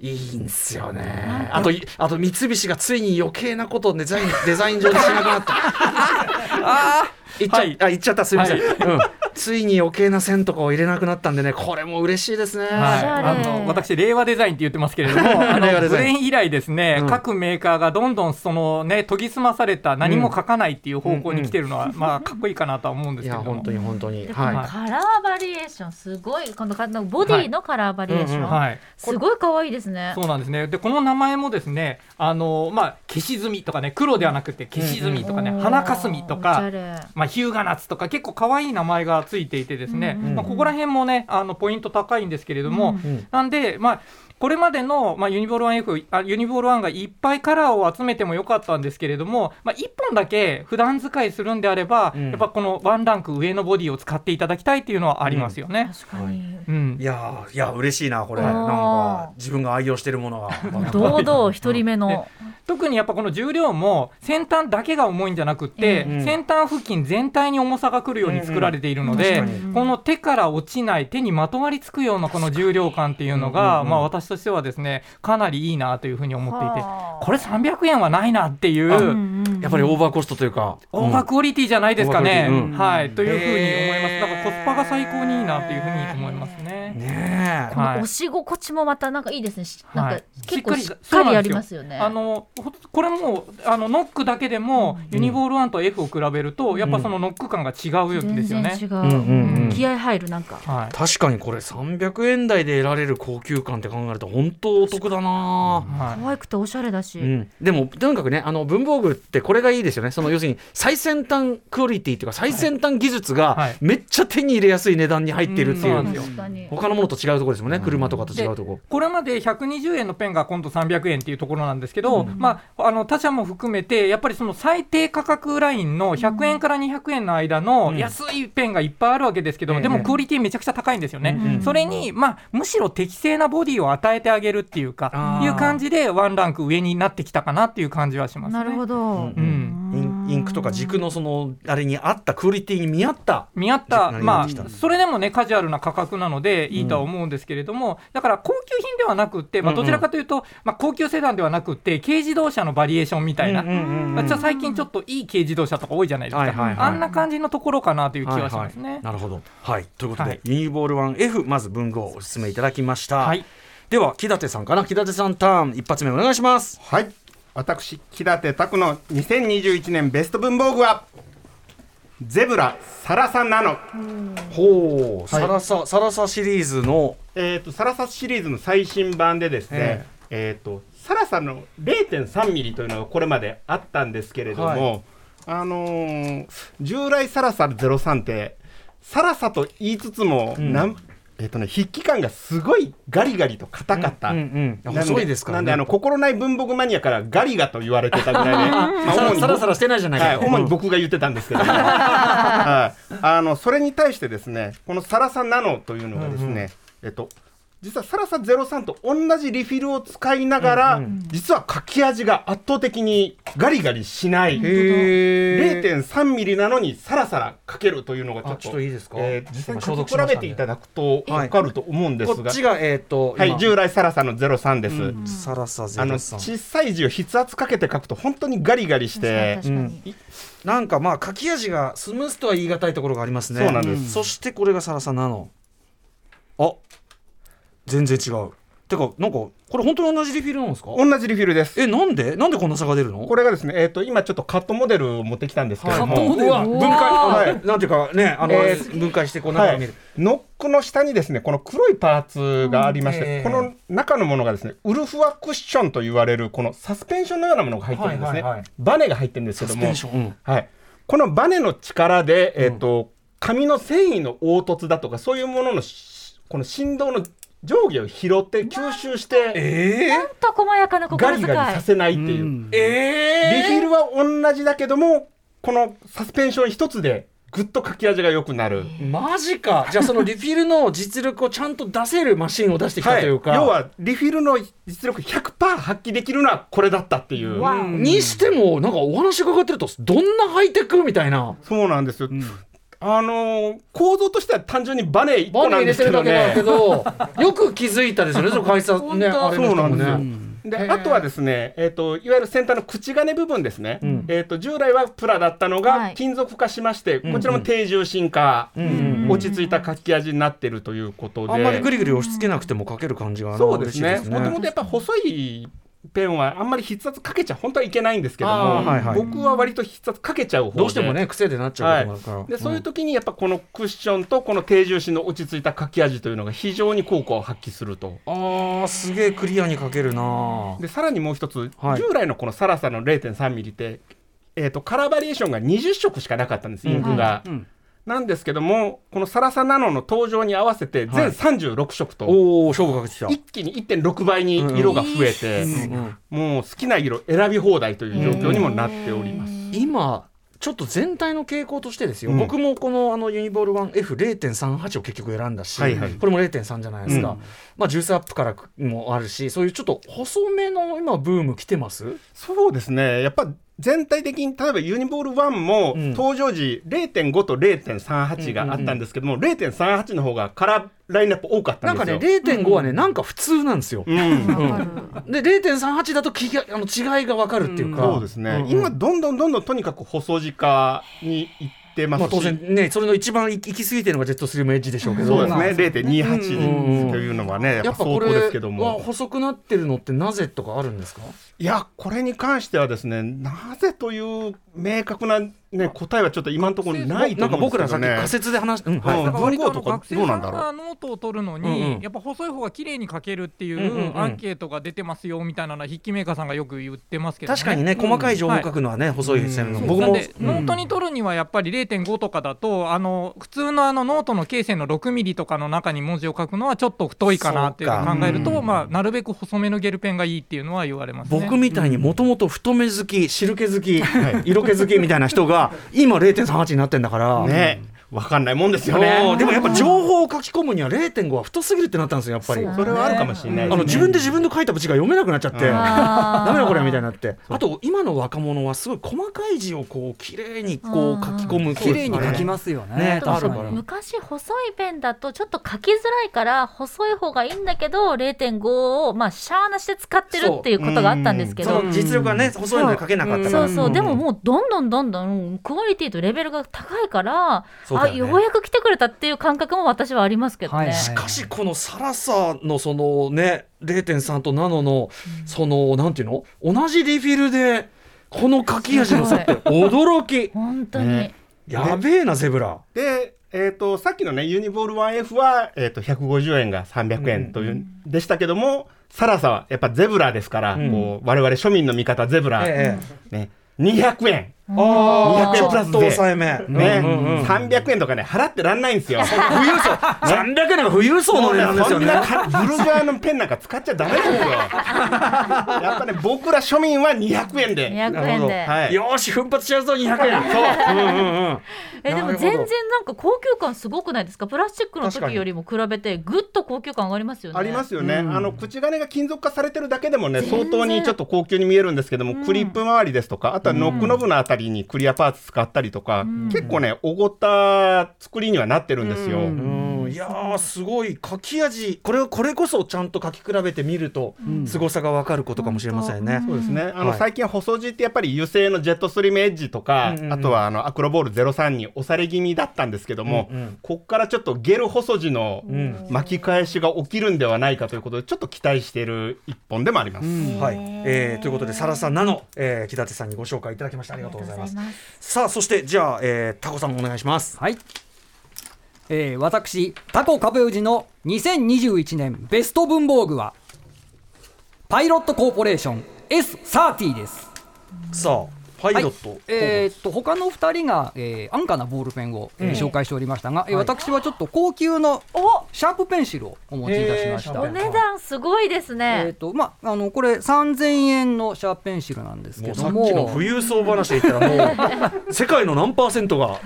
[SPEAKER 6] い
[SPEAKER 2] いいんすよね、あといあと三菱がついに余計なことをデザインデザイン上でしなくなった
[SPEAKER 6] あ
[SPEAKER 2] 言っちゃ,、あ言っちゃったすみません、うん、ついに余計な線とかを入れなくなったんでねこれも嬉しいですね、
[SPEAKER 6] はい、あの私、令和デザインって言ってますけれども、 あの
[SPEAKER 2] 令和デ
[SPEAKER 6] ブ
[SPEAKER 2] ザイン
[SPEAKER 6] レイン以来ですね、
[SPEAKER 2] うん
[SPEAKER 6] 各メーカーがどんどんその、ね、研ぎ澄まされた、何も書かないっていう方向に来てるのは、まあ、かっこいいかなとは思うんで
[SPEAKER 2] い
[SPEAKER 6] すけ
[SPEAKER 2] や
[SPEAKER 6] れども。
[SPEAKER 2] 本当に本当に
[SPEAKER 7] でこ
[SPEAKER 2] はい
[SPEAKER 6] は
[SPEAKER 7] の
[SPEAKER 6] い
[SPEAKER 7] カラーバリエーションすごいこのかのボディのカラーバリエーション、
[SPEAKER 6] はい、
[SPEAKER 7] すごい可愛いですね
[SPEAKER 6] そうなんですね。で、この名前もですね、あの、まあ、消し墨とかね、黒ではなくて消し墨とかね、
[SPEAKER 7] おー
[SPEAKER 6] 花かすみと
[SPEAKER 7] おしゃ
[SPEAKER 6] か、
[SPEAKER 7] れ
[SPEAKER 6] まあ、ヒューガナッツとか、結構可愛い名前がついていてですね、
[SPEAKER 7] うんうん
[SPEAKER 2] うん
[SPEAKER 6] まあ、ここら辺もね、あの、ポイント高いんですけれども、
[SPEAKER 7] うん
[SPEAKER 2] うん
[SPEAKER 6] なんで、まあ、これまでの、まあ、ユニボール 1F、あユニボール1がいっぱいカラーを集めてもよかったんですけれども、まあ、1本だけ普段使いするんであれば、
[SPEAKER 2] うん
[SPEAKER 6] やっぱこのワンランク上のボディを使っていただきたいっていうのはありますよね。
[SPEAKER 7] 確かに、
[SPEAKER 6] うん
[SPEAKER 2] いやーいや嬉しいなこれ
[SPEAKER 7] あ
[SPEAKER 2] な
[SPEAKER 7] ー
[SPEAKER 2] んか自分が愛用してるものが
[SPEAKER 7] 堂々一人目の、
[SPEAKER 6] 特にやっぱこの重量も先端だけが重いんじゃなくって、
[SPEAKER 2] うんうん
[SPEAKER 6] 先端付近全体に重さがくるように作られているので、
[SPEAKER 2] うんうん確
[SPEAKER 7] かに
[SPEAKER 6] この手から落ちない手にまとわりつくようなこの重量感っていうの
[SPEAKER 2] 確かに
[SPEAKER 6] が、
[SPEAKER 2] うんうんうん
[SPEAKER 6] まあ、私としてはですねかなりいいなというふうに思っていて
[SPEAKER 7] はあ
[SPEAKER 6] これ300円はないなっていう。
[SPEAKER 2] あ
[SPEAKER 7] うんうん
[SPEAKER 2] やっぱりオーバーコストというか
[SPEAKER 6] オーバークオリティじゃないですかね。
[SPEAKER 2] うん
[SPEAKER 6] はい、というふうに思いま
[SPEAKER 2] へー
[SPEAKER 6] す。だからコスパが最高にいいなというふうに思いますね。
[SPEAKER 2] ねえ
[SPEAKER 7] この
[SPEAKER 6] はい
[SPEAKER 7] 押し心地もまたなんかいいですね、し
[SPEAKER 6] はい
[SPEAKER 7] なんか結構し
[SPEAKER 6] しっか
[SPEAKER 7] っ
[SPEAKER 6] り
[SPEAKER 7] かりありますよね
[SPEAKER 6] あのほこれもあのノックだけでも、ユニボール1と F を比べるとやっぱそのノック感が違うんで
[SPEAKER 7] 全
[SPEAKER 6] すよ
[SPEAKER 7] 然
[SPEAKER 6] ね。
[SPEAKER 7] 違う、
[SPEAKER 2] うんうんうん
[SPEAKER 7] 気合入るなんか
[SPEAKER 6] はい
[SPEAKER 2] 確かにこれ300円台で得られる高級感って考えると本当お得だな
[SPEAKER 6] は
[SPEAKER 7] 可愛くておしゃれだし、
[SPEAKER 2] うん、でもとにかくねあの文房具ってこれがいいですよねその要するに最先端クオリティというか最先端技術
[SPEAKER 6] は
[SPEAKER 2] が
[SPEAKER 6] い
[SPEAKER 2] めっちゃ手に入れやすい値段に入ってるっていう,、
[SPEAKER 6] うんそうなんですよ
[SPEAKER 7] 確かに
[SPEAKER 2] 他のものと違うところですもんね車とかと違うとこ
[SPEAKER 6] い、これまで120円のペンが今度300円っていうところなんですけど、まあ、あの他社も含めてやっぱりその最低価格ラインの100円から200円の間
[SPEAKER 2] う
[SPEAKER 6] の
[SPEAKER 2] ん
[SPEAKER 6] 安いペンがいっぱいあるわけですけど、
[SPEAKER 2] ええ
[SPEAKER 6] でもクオリティめちゃくちゃ高いんですよね、
[SPEAKER 7] うん
[SPEAKER 6] それに、まあ、むしろ適正なボディを与えてあげるっていう
[SPEAKER 2] あ
[SPEAKER 6] か
[SPEAKER 2] ー
[SPEAKER 6] いう感じでワンランク上になってきたかなっていう感じはしますね。
[SPEAKER 7] なるほど、
[SPEAKER 2] うんインインクとか軸のそのあれに合ったクオリティに見合った
[SPEAKER 6] 見合った、
[SPEAKER 2] 何が
[SPEAKER 6] ま
[SPEAKER 2] できたん
[SPEAKER 6] あ、
[SPEAKER 2] です
[SPEAKER 6] それでもね、カジュアルな価格なのでいいとは思うんですけれども、だから高級品ではなくって、
[SPEAKER 2] う
[SPEAKER 6] まあ、
[SPEAKER 2] んうん
[SPEAKER 6] どちらかというと、まあ、高級セダンではなくって、軽自動車のバリエーションみたいな、
[SPEAKER 2] うんうんうんうん
[SPEAKER 6] まあじゃあ最近ちょっといい軽自動車とか多いじゃないです
[SPEAKER 2] はいはいはい
[SPEAKER 6] か、あんな感じのところかなという気
[SPEAKER 2] はい
[SPEAKER 6] はし
[SPEAKER 2] は
[SPEAKER 6] ま
[SPEAKER 2] い
[SPEAKER 6] すね。
[SPEAKER 2] なるほど。はい。ということで、
[SPEAKER 6] はい
[SPEAKER 2] ユニボール 1F、まず文具をお勧めいただきました。
[SPEAKER 6] はい
[SPEAKER 2] では、木立さんかな木立さんターン、一発目お願いします。
[SPEAKER 5] はい。私、木立拓の2021年ベスト文房具は、ゼブラサラサナノ。
[SPEAKER 2] ほう、サラサ、サラサシリーズの、
[SPEAKER 5] えっ、と、サラサシリーズの最新版でですね、えっ、と、サラサの0.3ミリというのがこれまであったんですけれども、
[SPEAKER 2] はい
[SPEAKER 5] あのー従来サラサ03って、サラサと言いつつも、なんえっ、とね、筆記感がすごいガリガリと硬かった。
[SPEAKER 2] うんうんうん
[SPEAKER 5] なん
[SPEAKER 2] 細いですからね
[SPEAKER 5] なんであの心ない文房具マニアからガリガと言われてたぐらい で、ま
[SPEAKER 2] サ
[SPEAKER 5] あ主
[SPEAKER 2] ラ
[SPEAKER 5] に
[SPEAKER 2] サラサラしてないじゃないか
[SPEAKER 5] はい、
[SPEAKER 2] と。
[SPEAKER 5] 主に僕が言ってたんですけど、 はい、あのそれに対してですねこのサラサナノというのがですね、えっと実はサラサ03と同じリフィルを使いながら、実は書き味が圧倒的にガリガリしない
[SPEAKER 2] へー
[SPEAKER 5] 0.3ミリなのにサラサラ書けるというのがちょっ
[SPEAKER 2] あ
[SPEAKER 5] と
[SPEAKER 2] ちょっといいですか
[SPEAKER 5] えー実際
[SPEAKER 2] 今
[SPEAKER 5] に書
[SPEAKER 2] 消毒
[SPEAKER 5] き
[SPEAKER 2] しま
[SPEAKER 5] 比
[SPEAKER 2] したね
[SPEAKER 5] べていただくと
[SPEAKER 2] はい
[SPEAKER 5] 分かると思うんです
[SPEAKER 2] こ
[SPEAKER 5] が、
[SPEAKER 2] っちが、えっ、と、
[SPEAKER 5] はい、
[SPEAKER 2] 今
[SPEAKER 5] 従来サラサの03です。
[SPEAKER 2] うんサラサ
[SPEAKER 5] あの
[SPEAKER 2] 03。
[SPEAKER 5] 小さい字を筆圧かけて書くと本当にガリガリして
[SPEAKER 7] 確かに
[SPEAKER 2] なんかまあ、書き味がスムースとは言い難いところがありますね。
[SPEAKER 5] そうなんです
[SPEAKER 2] そしてこれがサラサなの。あ、全然違う。てか、なんか、これ本当に同じリフィルなんですか
[SPEAKER 5] 同じリフィルです。
[SPEAKER 2] えなんでなんでこんな差が出るの
[SPEAKER 5] これがですね、えっ、と今ちょっとカットモデルを持ってきたんですけども、
[SPEAKER 2] うわ分解
[SPEAKER 5] はい
[SPEAKER 2] なんていうかねあの、
[SPEAKER 5] え
[SPEAKER 2] 分解してこう中
[SPEAKER 5] は
[SPEAKER 2] を見
[SPEAKER 5] い
[SPEAKER 2] る、、
[SPEAKER 5] ノックの下にですね、この黒いパーツがありまして、
[SPEAKER 2] うんえー
[SPEAKER 5] この中のものがですね、ウルフワクッションと言われるこのサスペンションのようなものが入ってるんです
[SPEAKER 2] は
[SPEAKER 5] ね。
[SPEAKER 2] いはいはい
[SPEAKER 5] バネが入ってるんですけ
[SPEAKER 2] サ
[SPEAKER 5] ど
[SPEAKER 2] スペ
[SPEAKER 5] も
[SPEAKER 2] ン、ション、
[SPEAKER 5] はい、このバネの力で、えっ、と、紙の繊維の凹凸だとかそういうもののしこの振動の上下を拾って吸収して、
[SPEAKER 2] え
[SPEAKER 7] なんと細やかな
[SPEAKER 5] ガ
[SPEAKER 7] 心
[SPEAKER 5] リ
[SPEAKER 7] 遣い
[SPEAKER 5] ガリさせないっていう。
[SPEAKER 2] ええ
[SPEAKER 5] リフィルは同じだけども、このサスペンション一つで、ぐっと書き味が良くなる。
[SPEAKER 2] マジ かじゃあそのリフィルの実力をちゃんと出せるマシンを出してきた
[SPEAKER 5] は
[SPEAKER 2] と
[SPEAKER 5] い、
[SPEAKER 2] いう
[SPEAKER 5] 要
[SPEAKER 2] か、
[SPEAKER 5] はリフィルの実力100%発揮できるのはこれだったっていう。
[SPEAKER 7] わお
[SPEAKER 2] にしてもなんかお話伺ってるとどんなハイテクみたいな
[SPEAKER 5] そうなんですよ。あのー構造としては単純にバネ1
[SPEAKER 2] バ
[SPEAKER 5] 個
[SPEAKER 2] ネ
[SPEAKER 5] な
[SPEAKER 2] 入
[SPEAKER 5] んで
[SPEAKER 2] れ
[SPEAKER 5] す
[SPEAKER 2] て
[SPEAKER 5] け
[SPEAKER 2] るだけ
[SPEAKER 5] ど
[SPEAKER 2] だけ
[SPEAKER 5] ね。
[SPEAKER 2] どよく気づいたですよねその会社ねあれの人も
[SPEAKER 5] そうな
[SPEAKER 2] ね
[SPEAKER 5] んであとはですね、えー、といわゆる先端の口金部分ですね、
[SPEAKER 2] うん
[SPEAKER 5] えー、と従来はプラだったの
[SPEAKER 7] は
[SPEAKER 5] が
[SPEAKER 7] い
[SPEAKER 5] 金属化しまして、
[SPEAKER 2] うん
[SPEAKER 5] こちらも低重心化、
[SPEAKER 2] うんうん
[SPEAKER 5] 落ち着いた書き味になってるということで、
[SPEAKER 2] あんまりグリグリ押し付けなくても書ける感じがな
[SPEAKER 5] そうです
[SPEAKER 2] 嬉
[SPEAKER 5] ね
[SPEAKER 2] しい
[SPEAKER 5] もともとやっぱ細いペンはあんまり筆圧かけちゃ本当はいけないんですけども、
[SPEAKER 2] あーはいはい
[SPEAKER 5] 僕は割と筆圧かけちゃう方で
[SPEAKER 2] どうしてもね癖でなっちゃうことがあるから、
[SPEAKER 5] でそういう
[SPEAKER 2] と
[SPEAKER 5] 時にやっぱこのクッションとこの低重心の落ち着いた書き味というのが非常に効果を発揮すると。
[SPEAKER 2] あーすげえクリアに書けるな
[SPEAKER 5] でさらにもう一つ、
[SPEAKER 2] はい
[SPEAKER 5] 従来のこのサラサの0.3ミリって、えー、とカラーバリエーションが20色しかなかったんですインクが。
[SPEAKER 2] うんうん
[SPEAKER 5] なんですけどもこのサラサナノの登場に合わせて
[SPEAKER 2] はい
[SPEAKER 5] 全36色と、
[SPEAKER 2] おお勝負かけてきた
[SPEAKER 5] 一気に1.6倍に色が増えて、
[SPEAKER 2] うん
[SPEAKER 5] もう好きな色選び放題という状況にもなっております。
[SPEAKER 2] 今ちょっと全体の傾向としてですよ、
[SPEAKER 5] うん
[SPEAKER 2] 僕もこのあのユニボール 1F0.38 を結局選んだし、
[SPEAKER 5] はいはい
[SPEAKER 2] これも0.3じゃないですか、
[SPEAKER 5] うん
[SPEAKER 2] まあ、ジュースアップからもあるしそういうちょっと細めの今ブーム来てます
[SPEAKER 5] そうですねやっぱ全体的に例えばユニボール1も
[SPEAKER 2] うん
[SPEAKER 5] 登場時0.5と0.38があったんですけども、0.38の方がカラーラインナップ多かっ
[SPEAKER 2] な
[SPEAKER 5] た
[SPEAKER 2] ん
[SPEAKER 5] ん
[SPEAKER 2] か
[SPEAKER 5] です
[SPEAKER 2] ね
[SPEAKER 5] よ。
[SPEAKER 2] 0.5はね、なんか普通なんですよ、
[SPEAKER 5] うん
[SPEAKER 2] うんで0.38だと気があの違いが分かるっていうか、
[SPEAKER 5] そうですね、
[SPEAKER 2] うんうん
[SPEAKER 5] 今どんどんどんどんとにかく細字化にいってま
[SPEAKER 2] まあ、
[SPEAKER 5] すし、
[SPEAKER 2] 当然ねそれの一番行き過ぎてるのがジェットスリムエッジでしょうけど
[SPEAKER 5] そうですね
[SPEAKER 2] うん
[SPEAKER 5] 0.28というのはね、や
[SPEAKER 2] や
[SPEAKER 5] っ
[SPEAKER 2] っぱこ
[SPEAKER 5] ぱ相当
[SPEAKER 2] れ
[SPEAKER 5] ですけど
[SPEAKER 2] は
[SPEAKER 5] も
[SPEAKER 2] 細くなってるのってなぜとかあるんですか
[SPEAKER 5] いやこれに関してはですねなぜという明確な、ね、答えはちょっと今のところないと
[SPEAKER 2] なんか
[SPEAKER 5] 思うんで
[SPEAKER 2] 僕
[SPEAKER 5] すけ
[SPEAKER 2] ら
[SPEAKER 5] ど
[SPEAKER 2] さっき
[SPEAKER 5] ね。
[SPEAKER 2] 仮説で話して、うんはい
[SPEAKER 5] うん
[SPEAKER 8] だから割とあの
[SPEAKER 5] 文豪とか
[SPEAKER 8] 学生さん
[SPEAKER 5] どうなんだろ
[SPEAKER 8] がノートを取るの
[SPEAKER 2] うんうん
[SPEAKER 8] にやっぱ細い方が綺麗に書けるってい
[SPEAKER 2] うんうんうん
[SPEAKER 8] うアンケートが出てますよみたいなのは筆記メーカーさんがよく言ってますけど
[SPEAKER 2] 確かにね、細かい情報
[SPEAKER 8] はい
[SPEAKER 2] 書くのはね、細い線の、
[SPEAKER 8] そう
[SPEAKER 2] 僕
[SPEAKER 8] なん
[SPEAKER 2] も
[SPEAKER 8] で、ノートに取るにはやっぱり0.5とかだとあの普通のあのノートの罫線の6ミリとかの中に文字を書くのはちょっと太いかなっていうのを考える
[SPEAKER 2] そうか
[SPEAKER 8] と、
[SPEAKER 2] うん
[SPEAKER 8] まあ、なるべく細めのゲルペンがいいっていうのは言われますね。
[SPEAKER 2] 僕みたいにもともと太め好き、汁気好き、色気好きみたいな人 が、今0.38になってんだから。
[SPEAKER 5] ね、わかんないもんですよ
[SPEAKER 2] お
[SPEAKER 5] ね
[SPEAKER 2] ー。でもやっぱ情報を書き込むには0.5は太すぎるってなったんですよ、やっぱり。
[SPEAKER 5] それはあるかもしれない
[SPEAKER 2] あ
[SPEAKER 5] ですね、
[SPEAKER 2] の自分で自分の書いた字が読めなくなっちゃって、
[SPEAKER 5] う ん
[SPEAKER 2] ダ
[SPEAKER 7] ダ
[SPEAKER 2] メだこれみたいになって。あと今の若者はすごい細かい字をこう綺麗にこう書き込む。
[SPEAKER 4] 綺麗に書き
[SPEAKER 2] ま
[SPEAKER 4] ますよね。
[SPEAKER 2] ね
[SPEAKER 4] 確か
[SPEAKER 2] あるから
[SPEAKER 4] に
[SPEAKER 3] 昔細いペンだとちょっと書きづらいから細い方がいいんだけど0.5をまあシャーなして使ってるっていうことがあったんですけ
[SPEAKER 2] そ
[SPEAKER 3] ど
[SPEAKER 2] の実力がね、細いので書けなかったから。
[SPEAKER 3] そうそう、でももうどんどんどんどんクオリティとレベルが高いから、
[SPEAKER 2] そうだ
[SPEAKER 3] あ
[SPEAKER 2] よね
[SPEAKER 3] ようやく来てくれたっていう感覚も私はありますけどね。
[SPEAKER 4] はい
[SPEAKER 2] しかしこのサラさのそのね0.3とナノのそのなんていうの同じリフィルでこの書き味の差って驚き
[SPEAKER 3] 本当に、
[SPEAKER 5] ね
[SPEAKER 2] やべえなゼブラ
[SPEAKER 5] で、えー、とさっきのねユニボール 1F は、えー、と150円が300円という、でしたけどもサラサはやっぱゼブラですから、
[SPEAKER 2] うん
[SPEAKER 5] こう我々庶民の味方ゼブラ、
[SPEAKER 2] え
[SPEAKER 5] ね、200円、
[SPEAKER 2] えああ
[SPEAKER 5] 200
[SPEAKER 2] ちょ
[SPEAKER 5] 円
[SPEAKER 2] っ
[SPEAKER 5] プラ
[SPEAKER 2] と
[SPEAKER 5] スで
[SPEAKER 2] 抑えめ
[SPEAKER 5] ね
[SPEAKER 2] うんうんうん
[SPEAKER 5] 300円とかね払ってらんないん ですよ。
[SPEAKER 2] 富裕層300円なんか富裕層の値段ですよね
[SPEAKER 5] そんなかブルガーのペンなんか使っちゃダメですよ。やっぱね僕ら庶民は200円で。
[SPEAKER 3] 200円で、
[SPEAKER 5] はい、
[SPEAKER 2] よーし奮発しやるぞ200円うんうんうん
[SPEAKER 3] えでも
[SPEAKER 2] なるほど
[SPEAKER 3] 全然なんか高級感すごくないですかプラスチックの
[SPEAKER 2] 確かに
[SPEAKER 3] 時よりも比べてぐっと高級感上がりますよね
[SPEAKER 5] ありますよね、
[SPEAKER 2] うん
[SPEAKER 5] あの口金が金属化されてるだけでもね相当にちょっと高級に見えるんですけども、クリップ周りですとかあとはノックノブのあたりにクリアパーツ使ったりとか、結構ねおごった作りにはなってるんですよ。
[SPEAKER 2] うんいやーすごい書き味これをこれこそちゃんと書き比べてみると凄さが分かることかもしれませんね。
[SPEAKER 5] そうですね、あの、
[SPEAKER 2] はい
[SPEAKER 5] 最近細字ってやっぱり油性のジェットストリームエッジとか、
[SPEAKER 2] うんうんうん
[SPEAKER 5] あとはあのアクロボール03に押され気味だったんですけども、
[SPEAKER 2] うんうん
[SPEAKER 5] ここからちょっとゲル細字の
[SPEAKER 2] ん
[SPEAKER 5] 巻き返しが起きるんではないかということでちょっと期待している一本でもあります。
[SPEAKER 2] はい、えーということでサラさんなの、えー、木立さんにご紹介いただきましたありがとうございますさあそしてじゃあ、えー、タコさんお願いします
[SPEAKER 4] はい。えー、私、タコ壁氏の2021年ベスト文房具は、パイロットコーポレーション S30 です。
[SPEAKER 2] さあパイロット、
[SPEAKER 4] えーっと他の2人が、えー安価なボールペンを、えー紹介しておりましたが、えー私はちょっと高級のシャープペンシルをお持ちいたしました。
[SPEAKER 3] お値段すごいです
[SPEAKER 4] えー
[SPEAKER 3] ね
[SPEAKER 4] っ、とまあ、あのこれ3000円のシャープペンシルなんですけ
[SPEAKER 2] もう
[SPEAKER 4] ど
[SPEAKER 2] さっき
[SPEAKER 4] も
[SPEAKER 2] の富裕層話で言ったらも う世界の何パーセントが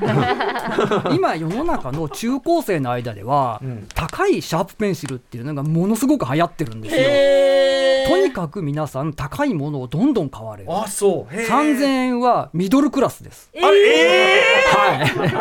[SPEAKER 4] 今世の中の中高生の間では、
[SPEAKER 2] ん
[SPEAKER 4] 高いシャープペンシルっていうのがものすごく流行ってるんですよ。とににかく皆さん高いものをどんどん買われる
[SPEAKER 2] あそうへー
[SPEAKER 4] 3000円はミドルクラスです
[SPEAKER 2] あえ
[SPEAKER 4] はい
[SPEAKER 3] そうなの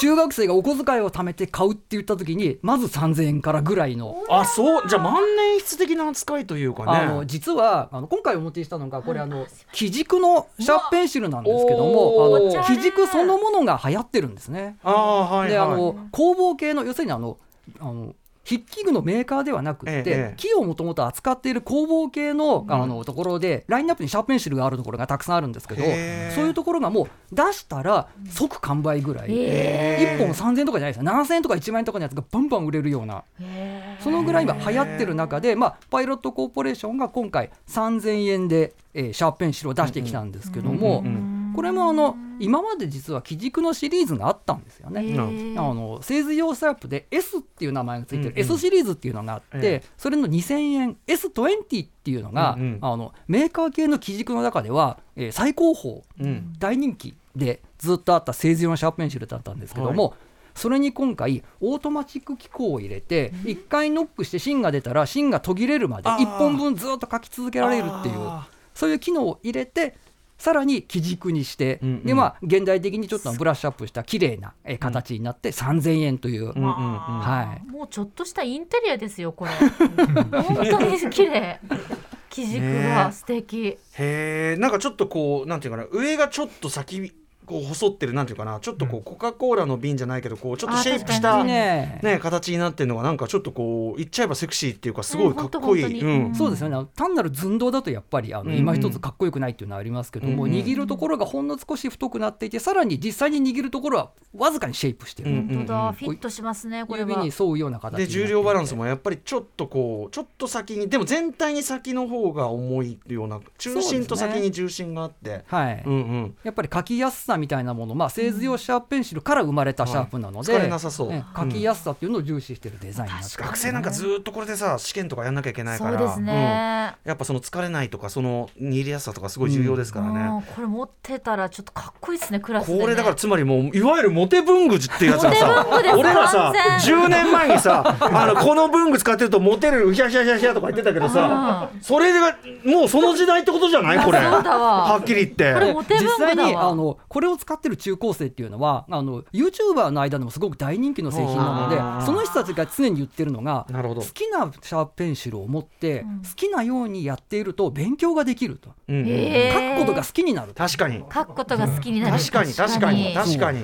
[SPEAKER 4] 中学生がお小遣いを貯めて買うって言った時にまず3000円からぐらいの
[SPEAKER 2] ーあそうじゃあ万年筆的な扱いというかね
[SPEAKER 4] あの実はあの今回お持ちしたのがこれあの基軸のシャープペンシルなんですけど
[SPEAKER 2] うわ
[SPEAKER 4] も
[SPEAKER 2] お
[SPEAKER 4] あ
[SPEAKER 2] ー
[SPEAKER 4] の基軸そのものが流行ってるんですね。
[SPEAKER 2] ああはい
[SPEAKER 4] であ
[SPEAKER 2] はい
[SPEAKER 4] の工房系の要するにあのあの筆記具のメーカーではなくって、
[SPEAKER 2] ええ
[SPEAKER 4] 木をもともと扱っている工房系のあのところでラインナップにシャープペンシルがあるところがたくさんあるんですけど
[SPEAKER 2] へえ
[SPEAKER 4] そういうところがもう出したら即完売ぐらい1本3000円とかじゃないですよ7000円とか1万円とかのやつがバンバン売れるようなそのぐらい今流行ってる中で、まあ、パイロットコーポレーションが今回3000円で、えーシャープペンシルを出してきたんですけども、
[SPEAKER 2] うんうん
[SPEAKER 4] これもあの今まで実は基軸のシリーズがあったんですよね。
[SPEAKER 2] うん
[SPEAKER 4] あの製図用シャープで S っていう名前がついて
[SPEAKER 2] うん
[SPEAKER 4] る
[SPEAKER 2] うん
[SPEAKER 4] S シリーズっていうのがあって、
[SPEAKER 2] え
[SPEAKER 4] それの2000円 S20 っていうのが、
[SPEAKER 2] うんうん
[SPEAKER 4] あのメーカー系の基軸の中では、えー最高峰、
[SPEAKER 2] うん
[SPEAKER 4] 大人気でずっとあった製図用のシャープペンシルだったんですけども、それに今回オートマチック機構を入れて1回ノックして芯が出たら芯が途切れるまで
[SPEAKER 2] あー
[SPEAKER 4] 1本分ずっと書き続けられるっていう
[SPEAKER 2] あ
[SPEAKER 4] そういう機能を入れてさらに基軸にして、
[SPEAKER 2] うんうん
[SPEAKER 4] でまあ、現代的にちょっとブラッシュアップした綺麗なえー形になって3000円とい
[SPEAKER 2] う
[SPEAKER 4] う、
[SPEAKER 2] んうんうん
[SPEAKER 4] はい、
[SPEAKER 3] もうちょっとしたインテリアですよ これ本当に綺麗生地が素敵、
[SPEAKER 2] へえなんかちょっとこうなんていうかな上がちょっと先こう細ってるなんていうかなちょっとこうコカ・コーラの瓶じゃないけどこうちょっとシェイプし
[SPEAKER 3] あ
[SPEAKER 2] た
[SPEAKER 3] 確かに
[SPEAKER 4] ね
[SPEAKER 2] ね形になってるのがなんかちょっとこう言っちゃえばセクシーっていうかすごいかっこい
[SPEAKER 3] うん本
[SPEAKER 2] い、
[SPEAKER 3] 当
[SPEAKER 2] う
[SPEAKER 3] 本当
[SPEAKER 2] ん
[SPEAKER 3] に
[SPEAKER 4] そうですよねあの単なる寸胴だとやっぱりあ
[SPEAKER 2] うん
[SPEAKER 4] の
[SPEAKER 2] うん
[SPEAKER 4] 今一つかっこよくないっていうのはありますけども、
[SPEAKER 2] うんうん
[SPEAKER 4] 握るところがほんの少し太くなっていてさらに実際に握るところはわずかにシェイプしてる、
[SPEAKER 2] うん
[SPEAKER 3] 本当だフィットしますねこれ
[SPEAKER 4] 指
[SPEAKER 3] は
[SPEAKER 4] に沿うような形
[SPEAKER 2] で重量バランス
[SPEAKER 4] も
[SPEAKER 2] もやっぱりちょっとこうちょっと先にでも全体に先の方が重いような中心と先に重心があってう,、
[SPEAKER 4] はい、
[SPEAKER 2] んうん
[SPEAKER 4] やっぱり書きやすさみたいなもの、まあ、製図用シャープペンシルから生まれたシャープなので、
[SPEAKER 2] はい疲れなさそう
[SPEAKER 4] ええ書きやすさっていうのを重視してるデザインになってます
[SPEAKER 2] 学生なんかずーっとこれでさ試験とかやんなきゃいけないか
[SPEAKER 3] そう
[SPEAKER 2] ら
[SPEAKER 3] ですね、
[SPEAKER 2] うんやっぱその疲れないとかその握りやすさとかすごい重要ですからね、
[SPEAKER 3] うんこれ持ってたらちょっとかっこいいですねクラスで、ね、
[SPEAKER 2] これだからつまりもういわゆるモテ文具っていうやつがさ
[SPEAKER 3] モテ文具です
[SPEAKER 2] 俺らさ
[SPEAKER 3] 完全
[SPEAKER 2] 10年前に さあのこの文具使ってるとモテるヒャヒャヒャヒャとか言ってたけどさそれがもうその時代ってことじゃないこれ
[SPEAKER 3] そうだわ
[SPEAKER 2] はっきり言って
[SPEAKER 3] これモテ文
[SPEAKER 4] 実
[SPEAKER 3] 具
[SPEAKER 4] 際に
[SPEAKER 3] だわ
[SPEAKER 4] あのこれを使ってる中高生っていうのはあの YouTuber の間でもすごく大人気の製品な
[SPEAKER 2] あー
[SPEAKER 4] のでその人たちが常に言ってるのが
[SPEAKER 2] なるほど
[SPEAKER 4] 好きなシャープペンシルを持って
[SPEAKER 3] ん
[SPEAKER 4] 好きなようにやっていると勉強ができると
[SPEAKER 2] うん
[SPEAKER 3] へえ
[SPEAKER 4] 書くことが好きになると
[SPEAKER 2] 確かに
[SPEAKER 3] 書くことが好きになる
[SPEAKER 2] 確かに確かに確かに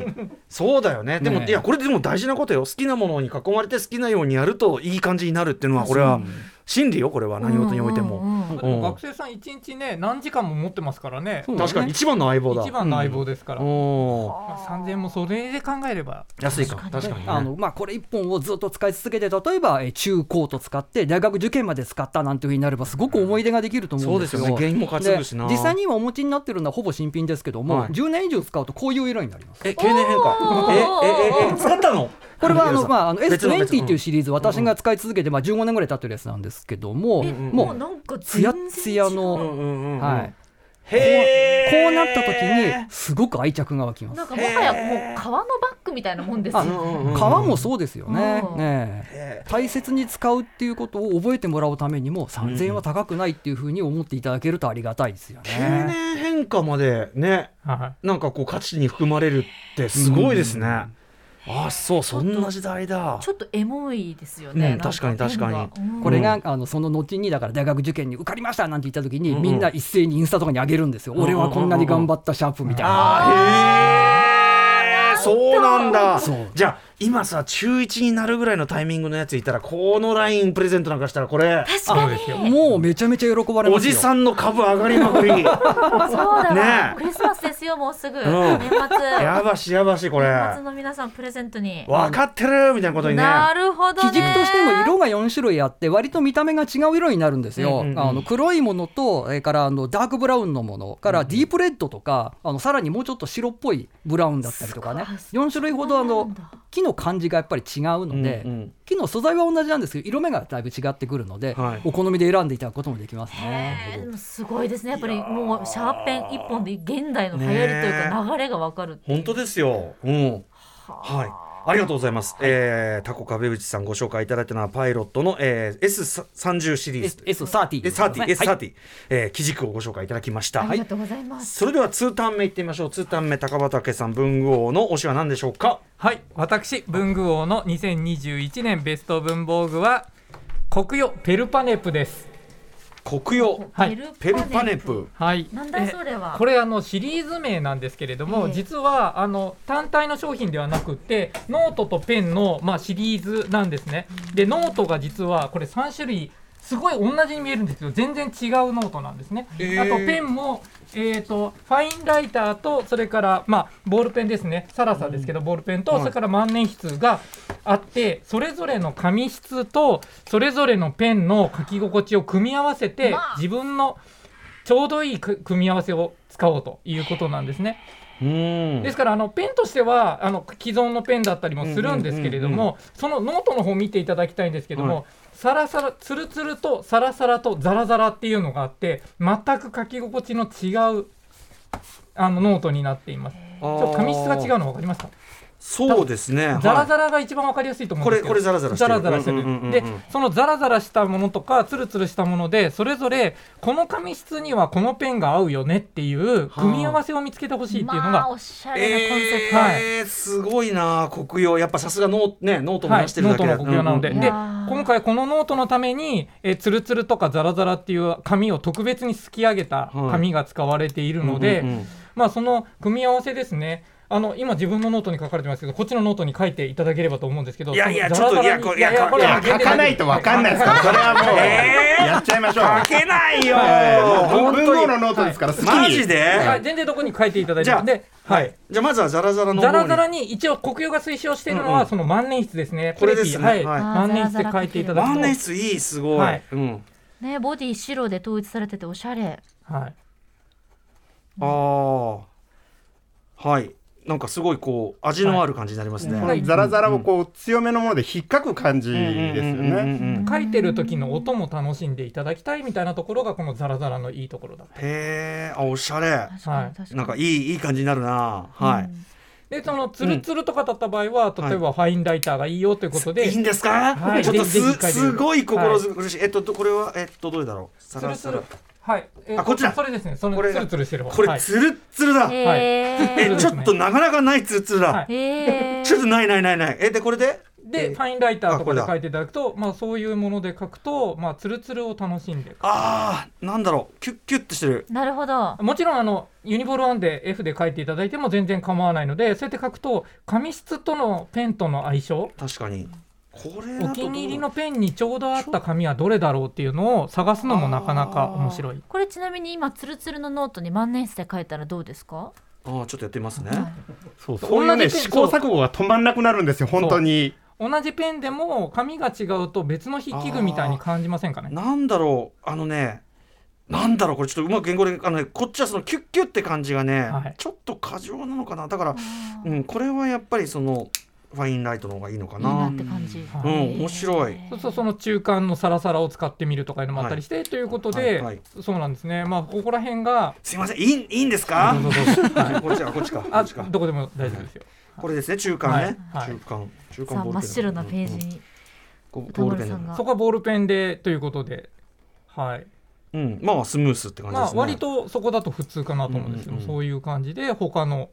[SPEAKER 2] そうだよねでも
[SPEAKER 4] ね
[SPEAKER 2] いやこれでも大事なことよ好きなものに囲まれて好きなようにやるといい感じになるっていうのはこれは真理よこれは何事において
[SPEAKER 3] うんうん
[SPEAKER 2] も
[SPEAKER 3] うんうん
[SPEAKER 6] でも学生さん一日ね何時間も持ってますからね
[SPEAKER 4] そう
[SPEAKER 2] 確かに一番の相棒だ
[SPEAKER 6] 一番の相棒ですから、
[SPEAKER 2] おー
[SPEAKER 6] まあ、3000円もそれで考えれば
[SPEAKER 2] 安いか確かにね
[SPEAKER 4] あのまあ、これ1本をずっと使い続けて例えばえー中高と使って大学受験まで使ったなんていうふうになればすごく思い出ができると思うんですよ
[SPEAKER 2] そうですよね原因も担ぐしな
[SPEAKER 4] で実際に今お持ちになってるのはほぼ新品ですけども、
[SPEAKER 2] はい
[SPEAKER 4] 10年以上使うとこういう色になります。
[SPEAKER 2] え経年変化えええ え使ったの
[SPEAKER 4] これはあの、まあ、あの
[SPEAKER 2] 別の別
[SPEAKER 4] S20
[SPEAKER 2] の
[SPEAKER 4] っていうシリーズ、私が使い続けて、まあ、15年ぐらい経ってるやつなんですけども、もう、
[SPEAKER 3] なんか
[SPEAKER 4] ツヤッツヤの、
[SPEAKER 2] うんうんうんうん
[SPEAKER 4] はい。
[SPEAKER 2] へー
[SPEAKER 4] こうなった時に、すごく愛着が湧きま
[SPEAKER 3] なん
[SPEAKER 4] す。
[SPEAKER 3] かもはやもう革のバッグみたいなもんですよ
[SPEAKER 4] あ
[SPEAKER 3] ね
[SPEAKER 4] 皮もそうですよね
[SPEAKER 3] う。ん
[SPEAKER 4] ねえ大切に使うっていうことを覚えてもらうためにも、3000円は高くないっていうふうに思っていただけるとありがたいですよ
[SPEAKER 2] 経
[SPEAKER 4] ね。
[SPEAKER 2] 年変化までね
[SPEAKER 6] は
[SPEAKER 2] なんかこう価値に含まれるってすごいですねあそうそんな時代だ
[SPEAKER 3] ちょっとエモいですよね、
[SPEAKER 2] うん確かに確かに
[SPEAKER 3] なん変なうん
[SPEAKER 4] これが、あの、その後に、だから大学受験に受かりましたなんて言った時に、みんな一斉にインスタとかに上げるんですよ。
[SPEAKER 2] ん
[SPEAKER 4] 俺はこんなに頑張ったシャープみたいな。
[SPEAKER 2] あーへえそうなんだ
[SPEAKER 4] そう
[SPEAKER 2] じゃあ今さ中1になるぐらいのタイミングのやついたらこのラインプレゼントなんかしたらこれ
[SPEAKER 6] いそうですよ
[SPEAKER 4] もうめちゃめちゃ喜ばれますよ。
[SPEAKER 2] おじさんの株上がりまくり
[SPEAKER 3] そうだわ、
[SPEAKER 2] ねえ
[SPEAKER 3] クリスマスですよもうすぐ、
[SPEAKER 2] ん
[SPEAKER 3] 年末
[SPEAKER 2] やばしやばしこれ
[SPEAKER 3] 年末の皆さんプレゼントに
[SPEAKER 2] 分かってるみたいなことにね
[SPEAKER 3] なるほどね
[SPEAKER 4] 基軸としても色が4種類あって割と見た目が違う色になるんですよ、
[SPEAKER 2] うんうんうん
[SPEAKER 4] あの黒いものとそれからあのダークブラウンのものからディープレッドとかあのさらにもうちょっと白っぽいブラウンだったりとかね4種類ほどあ
[SPEAKER 3] そうなん
[SPEAKER 4] の
[SPEAKER 3] だ
[SPEAKER 4] 木の感じがやっぱり違うので、
[SPEAKER 2] うんうん
[SPEAKER 4] 木の素材は同じなんですけど色目がだいぶ違ってくるので、
[SPEAKER 2] はい
[SPEAKER 4] お好みで選んでいただくこともできます
[SPEAKER 3] へえ
[SPEAKER 4] ね。
[SPEAKER 3] でもすごいですねやっぱりもうシャーペン一本で現代の流行りというか流れがわかるっていう
[SPEAKER 2] 本当ですよ。うん。はい。
[SPEAKER 8] ありがとうございます、えータコ壁口さんご紹介いただいたのはパイロットの、えー S30 シリーズ
[SPEAKER 4] S- S30
[SPEAKER 8] え30、
[SPEAKER 4] はい
[SPEAKER 8] S30、えー基軸をご紹介いただきました、
[SPEAKER 2] ありがとうございます。
[SPEAKER 8] それでは2ターン目いってみましょう2ターン目高畑さん文具王の推しは何でしょうか
[SPEAKER 6] はい私文具王の2021年ベスト文房具は国用ペルパネプです
[SPEAKER 8] 黒曜
[SPEAKER 6] はい
[SPEAKER 8] ペルパネプ
[SPEAKER 6] はい
[SPEAKER 2] なんだそれは
[SPEAKER 6] えこれあのシリーズ名なんですけれども、
[SPEAKER 2] ええ
[SPEAKER 6] 実はあの単体の商品ではなくてノートとペンの、まあ、シリーズなんですね、でノートが実はこれ3種類すごい同じに見えるんですけど全然違うノートなんですね、
[SPEAKER 8] ええ
[SPEAKER 6] あとペンも、えー、とファインライターとそれから、まあ、ボールペンですねサラサですけど、ボールペンと、
[SPEAKER 8] はい
[SPEAKER 6] それから万年筆があってそれぞれの紙質とそれぞれのペンの書き心地を組み合わせて、
[SPEAKER 2] まあ
[SPEAKER 6] 自分のちょうどいいく組み合わせを使おうということなんですね。
[SPEAKER 8] うん
[SPEAKER 6] ですからあのペンとしてはあの既存のペンだったりもするんですけれど
[SPEAKER 8] うんうんうん
[SPEAKER 6] もそのノートの方見ていただきたいんですけども、
[SPEAKER 8] はい
[SPEAKER 6] サラサラツルツルとサラサラとザラザラっていうのがあって全く書き心地の違うあのノートになっています。ちょっと紙質が違うの分かりますか
[SPEAKER 8] そうですね
[SPEAKER 6] ザラザ
[SPEAKER 8] ラ
[SPEAKER 6] ラが一番わかりやすいと思うんですけど
[SPEAKER 8] これこれザラザラしてる
[SPEAKER 6] ザラザラしてる
[SPEAKER 8] うんうんうんうん
[SPEAKER 6] でそのザラザラしたものとかツルツルしたものでそれぞれこの紙質にはこのペンが合うよねっていう組み合わせを見つけてほしいっていうのが、
[SPEAKER 3] まあ、おしゃれなコンセプ
[SPEAKER 8] え
[SPEAKER 3] ト。
[SPEAKER 8] ー、すごいな黒曜やっぱさすがノ,、ね、ノートも
[SPEAKER 6] はい、
[SPEAKER 8] 出してるだけで、
[SPEAKER 6] ノートの国用なので、
[SPEAKER 8] うんうん
[SPEAKER 6] で今回このノートのためにえーツルツルとかザラザラっていう紙を特別にすき上げた紙が使われているので、
[SPEAKER 8] うんうんうん
[SPEAKER 6] まあその組み合わせですね。あの今自分のノートに書かれてますけど、こっちのノートに書いていただければと思うんですけど、
[SPEAKER 8] いやいや
[SPEAKER 6] そのザラザラに
[SPEAKER 8] ちょっといやこれいやこれ
[SPEAKER 6] は
[SPEAKER 5] や書かないとわかんないです からそれはもう
[SPEAKER 8] えー
[SPEAKER 5] やっちゃいましょう
[SPEAKER 8] 書けないよ、
[SPEAKER 5] えーもう
[SPEAKER 8] 本当に
[SPEAKER 5] 文豪のノートですから好きに
[SPEAKER 8] マジで、
[SPEAKER 6] はい、全然どこに書いていただいて
[SPEAKER 8] じゃあ
[SPEAKER 6] もで、はい。
[SPEAKER 8] じゃあまずはザラザラの方
[SPEAKER 6] ザ
[SPEAKER 8] に
[SPEAKER 6] ラザラに一応国用が推奨しているの
[SPEAKER 8] うんう
[SPEAKER 6] は
[SPEAKER 8] ん
[SPEAKER 6] その万年筆ですね。
[SPEAKER 8] これですね
[SPEAKER 6] プレティ
[SPEAKER 8] は
[SPEAKER 6] はいい。
[SPEAKER 3] あー
[SPEAKER 6] 万年筆で書いていただくと。
[SPEAKER 8] 万年筆いいすごい、
[SPEAKER 6] はい
[SPEAKER 8] うん、
[SPEAKER 3] ね、ボディ白で統一されてておしゃれ。
[SPEAKER 6] はい。
[SPEAKER 8] ああはいなんかすごいこう味のある感じになりますね、
[SPEAKER 5] このザラザラをこう強めのもので引っかく感じですよ
[SPEAKER 8] うんうんうんうん
[SPEAKER 5] ね。
[SPEAKER 8] うん
[SPEAKER 6] 書いてる時の音も楽しんでいただきたいみたいなところがこのザラザラのいいところだと。
[SPEAKER 8] へえあおしゃれ
[SPEAKER 3] 確かに
[SPEAKER 6] はい
[SPEAKER 3] 確かに。
[SPEAKER 8] なんかいいいい感じになるなはい、
[SPEAKER 6] でそのツルツルとかだった場合は、例えばファインライターがいいよということで、
[SPEAKER 8] いいんですか、
[SPEAKER 6] はい
[SPEAKER 8] ちょっと
[SPEAKER 6] ぜひぜ
[SPEAKER 8] す
[SPEAKER 6] ひ書いてみて
[SPEAKER 8] すごい心苦しい、えっとどこれはえっとどれだろうサ
[SPEAKER 6] ツル
[SPEAKER 8] ラ
[SPEAKER 6] ツ
[SPEAKER 8] サ
[SPEAKER 6] ル
[SPEAKER 8] ラ
[SPEAKER 6] はい、えー
[SPEAKER 8] あこっちだ
[SPEAKER 6] それですねその
[SPEAKER 8] これ
[SPEAKER 6] ツルツルしてる方
[SPEAKER 8] こ
[SPEAKER 6] は
[SPEAKER 8] れ
[SPEAKER 6] い、
[SPEAKER 8] ツルッツルだ、
[SPEAKER 3] へ
[SPEAKER 6] はい
[SPEAKER 3] え。
[SPEAKER 8] えちょっとなかなかないツルツルだ、
[SPEAKER 6] はい
[SPEAKER 3] へえ。
[SPEAKER 8] ちょっとないないないないえでこれで
[SPEAKER 6] で、
[SPEAKER 8] えー
[SPEAKER 6] ファインライターとかで
[SPEAKER 8] あこれだ
[SPEAKER 6] 書いていただくとまあそういうもので書くとまあツルツルを楽しんで
[SPEAKER 8] ああなんだろうキュッキュッとしてる
[SPEAKER 3] なるほど。
[SPEAKER 6] もちろんあのユニボール1で F で書いていただいても全然構わないのでそうやって書くと紙質とのペンとの相性
[SPEAKER 8] 確かにこれだとどう
[SPEAKER 6] お気に入りのペンにちょうど合った紙はどれだろうっていうのを探すのもなかなか面白い
[SPEAKER 3] これちなみに今ツルツルのノートに万年筆で書いたらどうですか？
[SPEAKER 8] あーちょっとやってみますね、
[SPEAKER 5] そうそういうね
[SPEAKER 6] 同じ
[SPEAKER 5] 試行錯誤が止まんなくなるんですよ本当に。
[SPEAKER 6] 同じペンでも紙が違うと別の筆記具みたいに感じませんかね
[SPEAKER 8] なんだろうあのねなんだろうこれちょっとうまく言語であの、ね、こっちはそのキュッキュッって感じがね、
[SPEAKER 6] はい
[SPEAKER 8] ちょっと過剰なのかなだから、うん、これはやっぱりそのファインライトの方がいいのか
[SPEAKER 3] いいな
[SPEAKER 8] な
[SPEAKER 3] って感じ。
[SPEAKER 8] うん面白い
[SPEAKER 6] そうそうその中間のサラサラを使ってみるとかいうのもあったりして、ということで、
[SPEAKER 8] はいはい
[SPEAKER 6] そうなんですねまあここら辺が
[SPEAKER 8] すいませんいいいいんですか
[SPEAKER 6] どうぞどうぞ
[SPEAKER 8] はいこっちかこっちかこ
[SPEAKER 6] あ
[SPEAKER 8] っちか
[SPEAKER 6] どこでも大丈夫ですよ、
[SPEAKER 8] これですね中間ね、
[SPEAKER 6] はいはい
[SPEAKER 8] 中間中間
[SPEAKER 3] さあ
[SPEAKER 8] ボールペン
[SPEAKER 3] 真っ白なページ
[SPEAKER 8] うんうん
[SPEAKER 3] に
[SPEAKER 8] こう
[SPEAKER 3] 歌
[SPEAKER 8] ボールペ
[SPEAKER 3] 丸
[SPEAKER 8] ン
[SPEAKER 3] さ
[SPEAKER 8] だ
[SPEAKER 3] んが。
[SPEAKER 6] そこはボールペンでということではい
[SPEAKER 8] うんまあスムースって感じ
[SPEAKER 6] ま
[SPEAKER 8] で
[SPEAKER 6] あ
[SPEAKER 8] すね、
[SPEAKER 6] 割とそこだと普通かなと思うんですけど、
[SPEAKER 8] うんうんうん
[SPEAKER 6] そういう感じで他の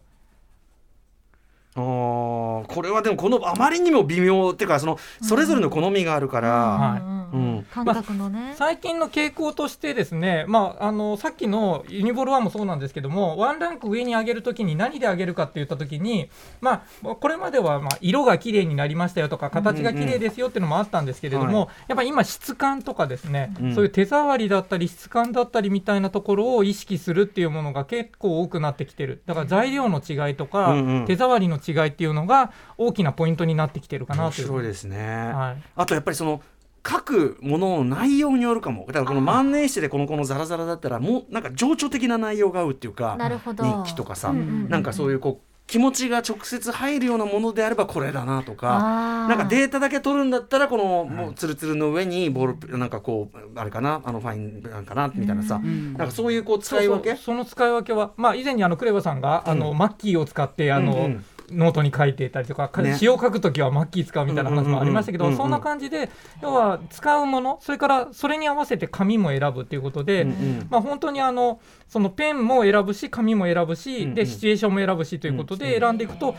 [SPEAKER 8] あーこれはでもこのあまりにも微妙っていうかそのそれぞれの好みがあるから、
[SPEAKER 6] はい
[SPEAKER 8] うん
[SPEAKER 3] 感覚のね。
[SPEAKER 6] 最近の傾向としてですね、まあ、あのさっきのユニボール1もそうなんですけどもワンランク上に上げるときに何で上げるかって言ったときに、まあ、これまではまあ色が綺麗になりましたよとか形が綺麗ですよっていうのもあったんですけれども、
[SPEAKER 8] うんうんは
[SPEAKER 6] やっぱり今質感とかですね、
[SPEAKER 8] うん
[SPEAKER 6] そういう手触りだったり質感だったりみたいなところを意識するっていうものが結構多くなってきてるだから材料の違いとか、
[SPEAKER 8] うんうん
[SPEAKER 6] 手触りの違いっていうのが大きなポイントになってきてるかな
[SPEAKER 8] 面
[SPEAKER 6] という。
[SPEAKER 8] 白いですね、
[SPEAKER 6] はい
[SPEAKER 8] あとやっぱりその書くものの内容によるかもだからこの万年筆でこのこのザラザラだったらもうなんか情緒的な内容が合うっていうか
[SPEAKER 3] なるほど。
[SPEAKER 8] 日記とかさ、
[SPEAKER 3] うんうん
[SPEAKER 8] なんかそういうこう気持ちが直接入るようなものであればこれだなとか。
[SPEAKER 3] あー
[SPEAKER 8] なんかデータだけ取るんだったらこのもうツルツルの上にボールなんかこうあれかなあのファインなんかなみたいなさ、なんかそういうこう使い分け
[SPEAKER 6] そうそうその使い分けは、まあ、以前にあのクレバさんが、あ
[SPEAKER 8] う
[SPEAKER 6] のマッキーを使ってあの、
[SPEAKER 8] うんうん
[SPEAKER 6] ノートに書いていたりとか、
[SPEAKER 8] ね
[SPEAKER 6] 詩を書くときはマッキー使うみたいな話もありましたけ
[SPEAKER 8] うん
[SPEAKER 6] ど
[SPEAKER 8] うんうん
[SPEAKER 6] そんな感じで要は使うものそれからそれに合わせて紙も選ぶっていうことで、
[SPEAKER 8] ん
[SPEAKER 6] まあ、本当にあのそのペンも選ぶし紙も選ぶし、
[SPEAKER 8] うんうん
[SPEAKER 6] でシチュエーションも選ぶしということで選んでいくと。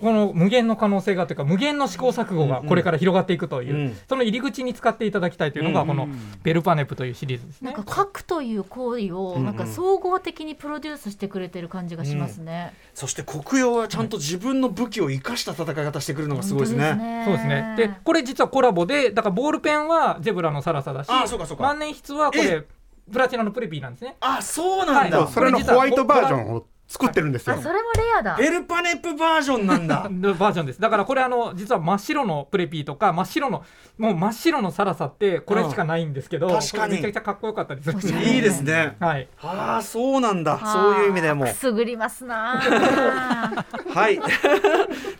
[SPEAKER 6] この無限の可能性がというか無限の試行錯誤がこれから広がっていくという、
[SPEAKER 8] うん
[SPEAKER 6] その入り口に使っていただきたいというのがこのベルパネプというシリーズです
[SPEAKER 3] な
[SPEAKER 6] ね
[SPEAKER 3] ん。か書くという行為をなんか総合的にプロデュースしてくれてる感じがしますね。
[SPEAKER 8] そして黒曜はちゃんと自分の武器を生かした戦い方してくるのがすごいですね。
[SPEAKER 6] そうですね。で、これ実はコラボで、だからボールペンはゼブラのサラサだし、
[SPEAKER 8] あそうかそうか
[SPEAKER 6] 万年筆はこ
[SPEAKER 8] え
[SPEAKER 6] れプラチナのプレピーなんですね。
[SPEAKER 8] あ、そうなんだ。
[SPEAKER 6] はい
[SPEAKER 5] それのホワイトバージョンを作ってるんですよ
[SPEAKER 3] あ、そ。れもレアだ。
[SPEAKER 8] ベルパネップバージョンなんだ。
[SPEAKER 6] のバージョンですだからこれあの実は真っ白のプレピーとか真っ白のもう真っ白のサラサってこれしかないんですけど、
[SPEAKER 8] うん確かに
[SPEAKER 6] これめちゃくちゃかっこよかったです
[SPEAKER 3] おしゃれ
[SPEAKER 8] いいですね。
[SPEAKER 6] はい
[SPEAKER 8] ああ、そうなんだ。
[SPEAKER 3] あー
[SPEAKER 8] そういう意味でも
[SPEAKER 3] く。すぐりますな あ。
[SPEAKER 8] はい。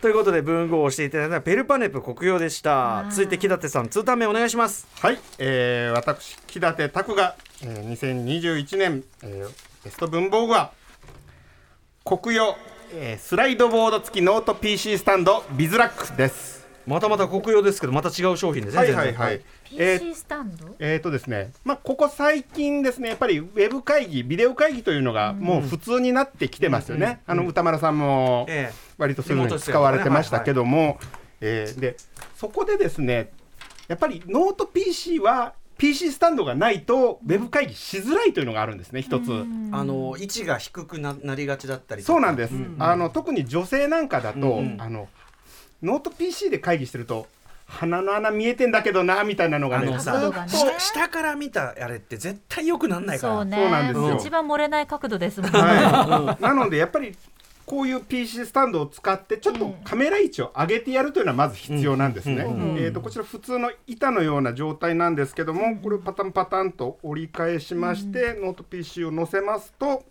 [SPEAKER 8] ということで、文豪をしていただいたベルパネップ黒曜でした。続いて、木立さん、通タメお願いします。
[SPEAKER 5] はい、えー、私木立拓が、えー、2021年、えー、ベスト文房具は国用、えー、スライドボード付きノート PC スタンドビズラックスです。
[SPEAKER 8] またまた黒曜ですけど、また違う商品ですね。
[SPEAKER 5] はい
[SPEAKER 8] 全
[SPEAKER 5] は
[SPEAKER 8] 然
[SPEAKER 5] いはい。えー
[SPEAKER 3] PC スタンド。
[SPEAKER 5] えーとですねまあ、ここ最近ですね、やっぱりウェブ会議、ビデオ会議というのがもう普通になってきてますよね、あの歌丸さんも
[SPEAKER 8] え
[SPEAKER 5] 割とそういうのに使われてましたけども、えーでそこでですね、やっぱりノート PC は PC スタンドがないと、ウェブ会議しづらいというのがあるんですね、一つ。
[SPEAKER 8] あの位置が低くななりがちだったり
[SPEAKER 5] そうなん
[SPEAKER 8] で
[SPEAKER 5] です、あの特に女性なんかだと、
[SPEAKER 8] うん
[SPEAKER 5] あのノート PC で会議してると鼻の穴見えてんだけどなみたいなのが
[SPEAKER 8] あ
[SPEAKER 5] ね
[SPEAKER 8] の
[SPEAKER 3] 角
[SPEAKER 8] さ
[SPEAKER 3] 度が、ね
[SPEAKER 8] 下下から見たあれって絶対良くなんないから
[SPEAKER 3] そうね。
[SPEAKER 5] そうなんですよ
[SPEAKER 3] 一番漏れない角度ですもんね。
[SPEAKER 5] はい、なのでやっぱりこういう PC スタンドを使ってちょっとカメラ位置を上げてやるというのはまず必要なんですね。
[SPEAKER 8] うん
[SPEAKER 5] えー、とこちら普通の板のような状態なんですけどもこれをパタンパタンと折り返しまして、ノート PC を乗せますと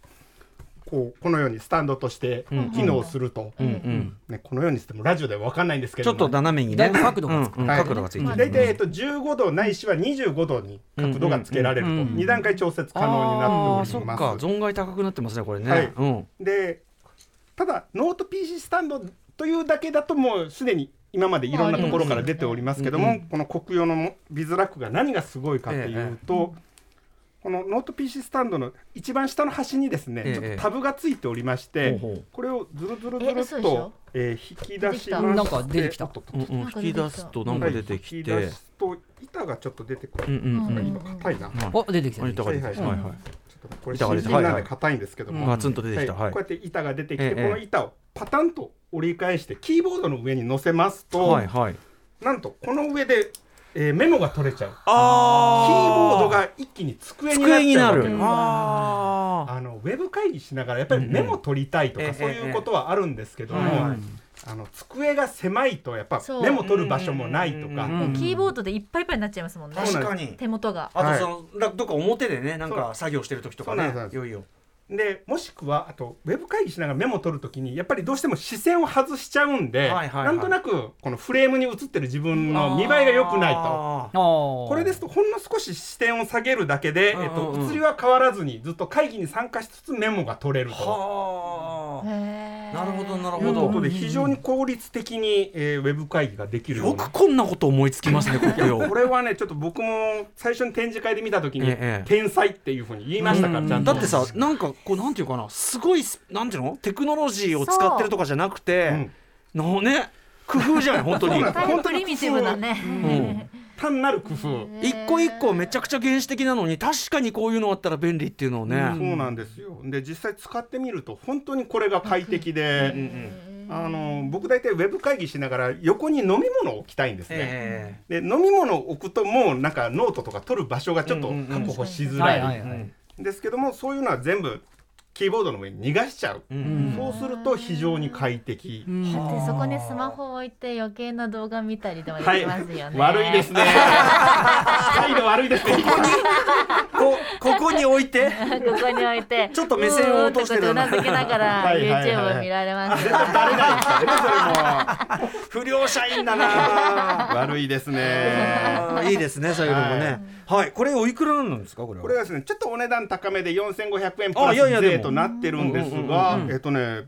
[SPEAKER 5] こうこのようにスタンドとして機能すると、ね、このようにしてもラジオでは分かんないんですけ
[SPEAKER 8] ちょ
[SPEAKER 5] ど
[SPEAKER 8] っ
[SPEAKER 5] も
[SPEAKER 8] と斜めにね
[SPEAKER 4] だいぶ角度がつく
[SPEAKER 8] うんうん
[SPEAKER 5] はい
[SPEAKER 8] 角度がついてる、
[SPEAKER 5] 大体、えっと、15度ないしは25度に角度がつけられると、
[SPEAKER 4] うんうんうん
[SPEAKER 5] 2段階調節可能になっております。
[SPEAKER 8] あーそっか存外高くなってますねこれね、
[SPEAKER 5] はい
[SPEAKER 8] うん
[SPEAKER 5] でただノート PC スタンドというだけだともうすでに今までいろんなところから出ておりますけども、この黒用のもビズラックが何がすごいかというと、このノート PC スタンドの一番下の端にですね、
[SPEAKER 8] ええ
[SPEAKER 5] ちょっとタブがついておりまして、
[SPEAKER 8] ほうほう
[SPEAKER 5] これをずるずる
[SPEAKER 3] え
[SPEAKER 5] ず
[SPEAKER 3] 嘘で
[SPEAKER 5] るっ
[SPEAKER 3] しょ
[SPEAKER 5] と、えー引き出しまして
[SPEAKER 4] なんか出てきたと。
[SPEAKER 8] うんうん
[SPEAKER 3] なんか出て
[SPEAKER 8] 引き
[SPEAKER 3] きた
[SPEAKER 8] 出すとなんか出てきて、
[SPEAKER 5] はい引き出すと板がちょっと出てく
[SPEAKER 8] うん
[SPEAKER 5] る、
[SPEAKER 8] うんう
[SPEAKER 3] う
[SPEAKER 8] ん、
[SPEAKER 3] ん
[SPEAKER 5] 硬いな、ちょ
[SPEAKER 4] あ出てきた。
[SPEAKER 8] あ板が出てきた、
[SPEAKER 5] はい
[SPEAKER 8] はいはい
[SPEAKER 5] っとこれ
[SPEAKER 8] 板が出て
[SPEAKER 5] CG なんで硬いんですけども、
[SPEAKER 8] ガツンと出てきた、
[SPEAKER 5] は、
[SPEAKER 8] はいい
[SPEAKER 5] こうやって板が出てきて、
[SPEAKER 8] ええ
[SPEAKER 5] この板をパタンと折り返してキーボードの上に乗せますと、
[SPEAKER 8] はいはい
[SPEAKER 5] なんとこの上で、えーメモが取れちゃうキ
[SPEAKER 8] あ
[SPEAKER 5] ーボードが一気に机になっ
[SPEAKER 8] 机に
[SPEAKER 5] ちゃ
[SPEAKER 8] な
[SPEAKER 5] うわ
[SPEAKER 8] る
[SPEAKER 5] けです
[SPEAKER 8] あー
[SPEAKER 5] あのウェブ会議しながらやっぱりメモ取りたいとか、
[SPEAKER 8] うんうん
[SPEAKER 5] そういうことはあるんですけども、
[SPEAKER 8] ええええはい
[SPEAKER 5] あの机が狭いとやっぱ
[SPEAKER 3] そう
[SPEAKER 5] メモ取る場所もないとか、
[SPEAKER 8] うん
[SPEAKER 3] もうキーボードでいっぱいいっぱいになっちゃいますもんね。
[SPEAKER 5] そうなん
[SPEAKER 8] 確かに
[SPEAKER 3] 手元が。
[SPEAKER 8] あとその、らどっか表でねなんか作業してる時とか
[SPEAKER 5] そうなん
[SPEAKER 8] ね
[SPEAKER 5] です
[SPEAKER 8] いよいよ
[SPEAKER 5] でもしくはあとウェブ会議しながらメモ取るときにやっぱりどうしても視線を外しちゃうんで、
[SPEAKER 8] はいはいはい
[SPEAKER 5] なんとなくこのフレームに映ってる自分の見栄えが良くないと。
[SPEAKER 8] あー
[SPEAKER 4] こ
[SPEAKER 5] これですとほんの少し視点を下げるだけで、
[SPEAKER 8] うん
[SPEAKER 5] えっと
[SPEAKER 8] うんうん
[SPEAKER 5] 映りは変わらずにずっと会議に参加しつつメモが取れると。
[SPEAKER 8] はあ
[SPEAKER 3] へー
[SPEAKER 8] なるほどなる
[SPEAKER 5] という
[SPEAKER 8] ほ
[SPEAKER 5] こ
[SPEAKER 8] ど
[SPEAKER 5] とで非常に効率的に、えーウェブ会議ができるよう
[SPEAKER 8] よ
[SPEAKER 5] に
[SPEAKER 8] くこんなこと思いつきますね黒曜
[SPEAKER 5] これはねちょっと僕も最初に展示会で見た時に、
[SPEAKER 8] ええ
[SPEAKER 5] 天才っていうふうに言いましたから、ちゃんと
[SPEAKER 8] だってさなんかこうなんていうかなすごいすなんていうのテクノロジーを使ってるとかじゃなくて、のね工夫じゃない本当に
[SPEAKER 5] そうなんです
[SPEAKER 3] だいぶプリミティブなね。
[SPEAKER 5] 単なる工夫、
[SPEAKER 8] 一個一個めちゃくちゃ原始的なのに確かにこういうのあったら便利っていうのをね、
[SPEAKER 5] そうなんですよで実際使ってみると本当にこれが快適で、あの僕大体ウェブ会議しながら横に飲み物を置きたいんですね、
[SPEAKER 8] え
[SPEAKER 5] で飲み物を置くともうなんかノートとか取る場所がちょっと確保しづら
[SPEAKER 4] はい
[SPEAKER 5] い
[SPEAKER 4] はいはい。
[SPEAKER 5] ですけどもそういうのは全部キーボードの上に逃がしちゃう、
[SPEAKER 8] ん
[SPEAKER 5] そうすると非常に快適、
[SPEAKER 3] だってそこにスマホを置いて余計な動画見たりとかできますよね。
[SPEAKER 5] 悪いですね態度悪いですね
[SPEAKER 8] こここに置い て、
[SPEAKER 3] ここに置いて
[SPEAKER 8] ちょっと目線を落としてる
[SPEAKER 3] うーんってことうなずきながら
[SPEAKER 5] はいはいはい
[SPEAKER 3] YouTube を見られ ますよ。
[SPEAKER 5] バレないですかね
[SPEAKER 8] 不良社員 だな
[SPEAKER 5] それも悪いですね
[SPEAKER 8] あーいいですねそういうのもねはい、これおいくらなんですかこれは
[SPEAKER 5] これがですねちょっとお値段高めで4500円プ
[SPEAKER 8] あ
[SPEAKER 5] ラ
[SPEAKER 8] いやいや
[SPEAKER 5] ス
[SPEAKER 8] でも
[SPEAKER 5] 税となってるんです
[SPEAKER 8] うんうんうん
[SPEAKER 5] がえっとね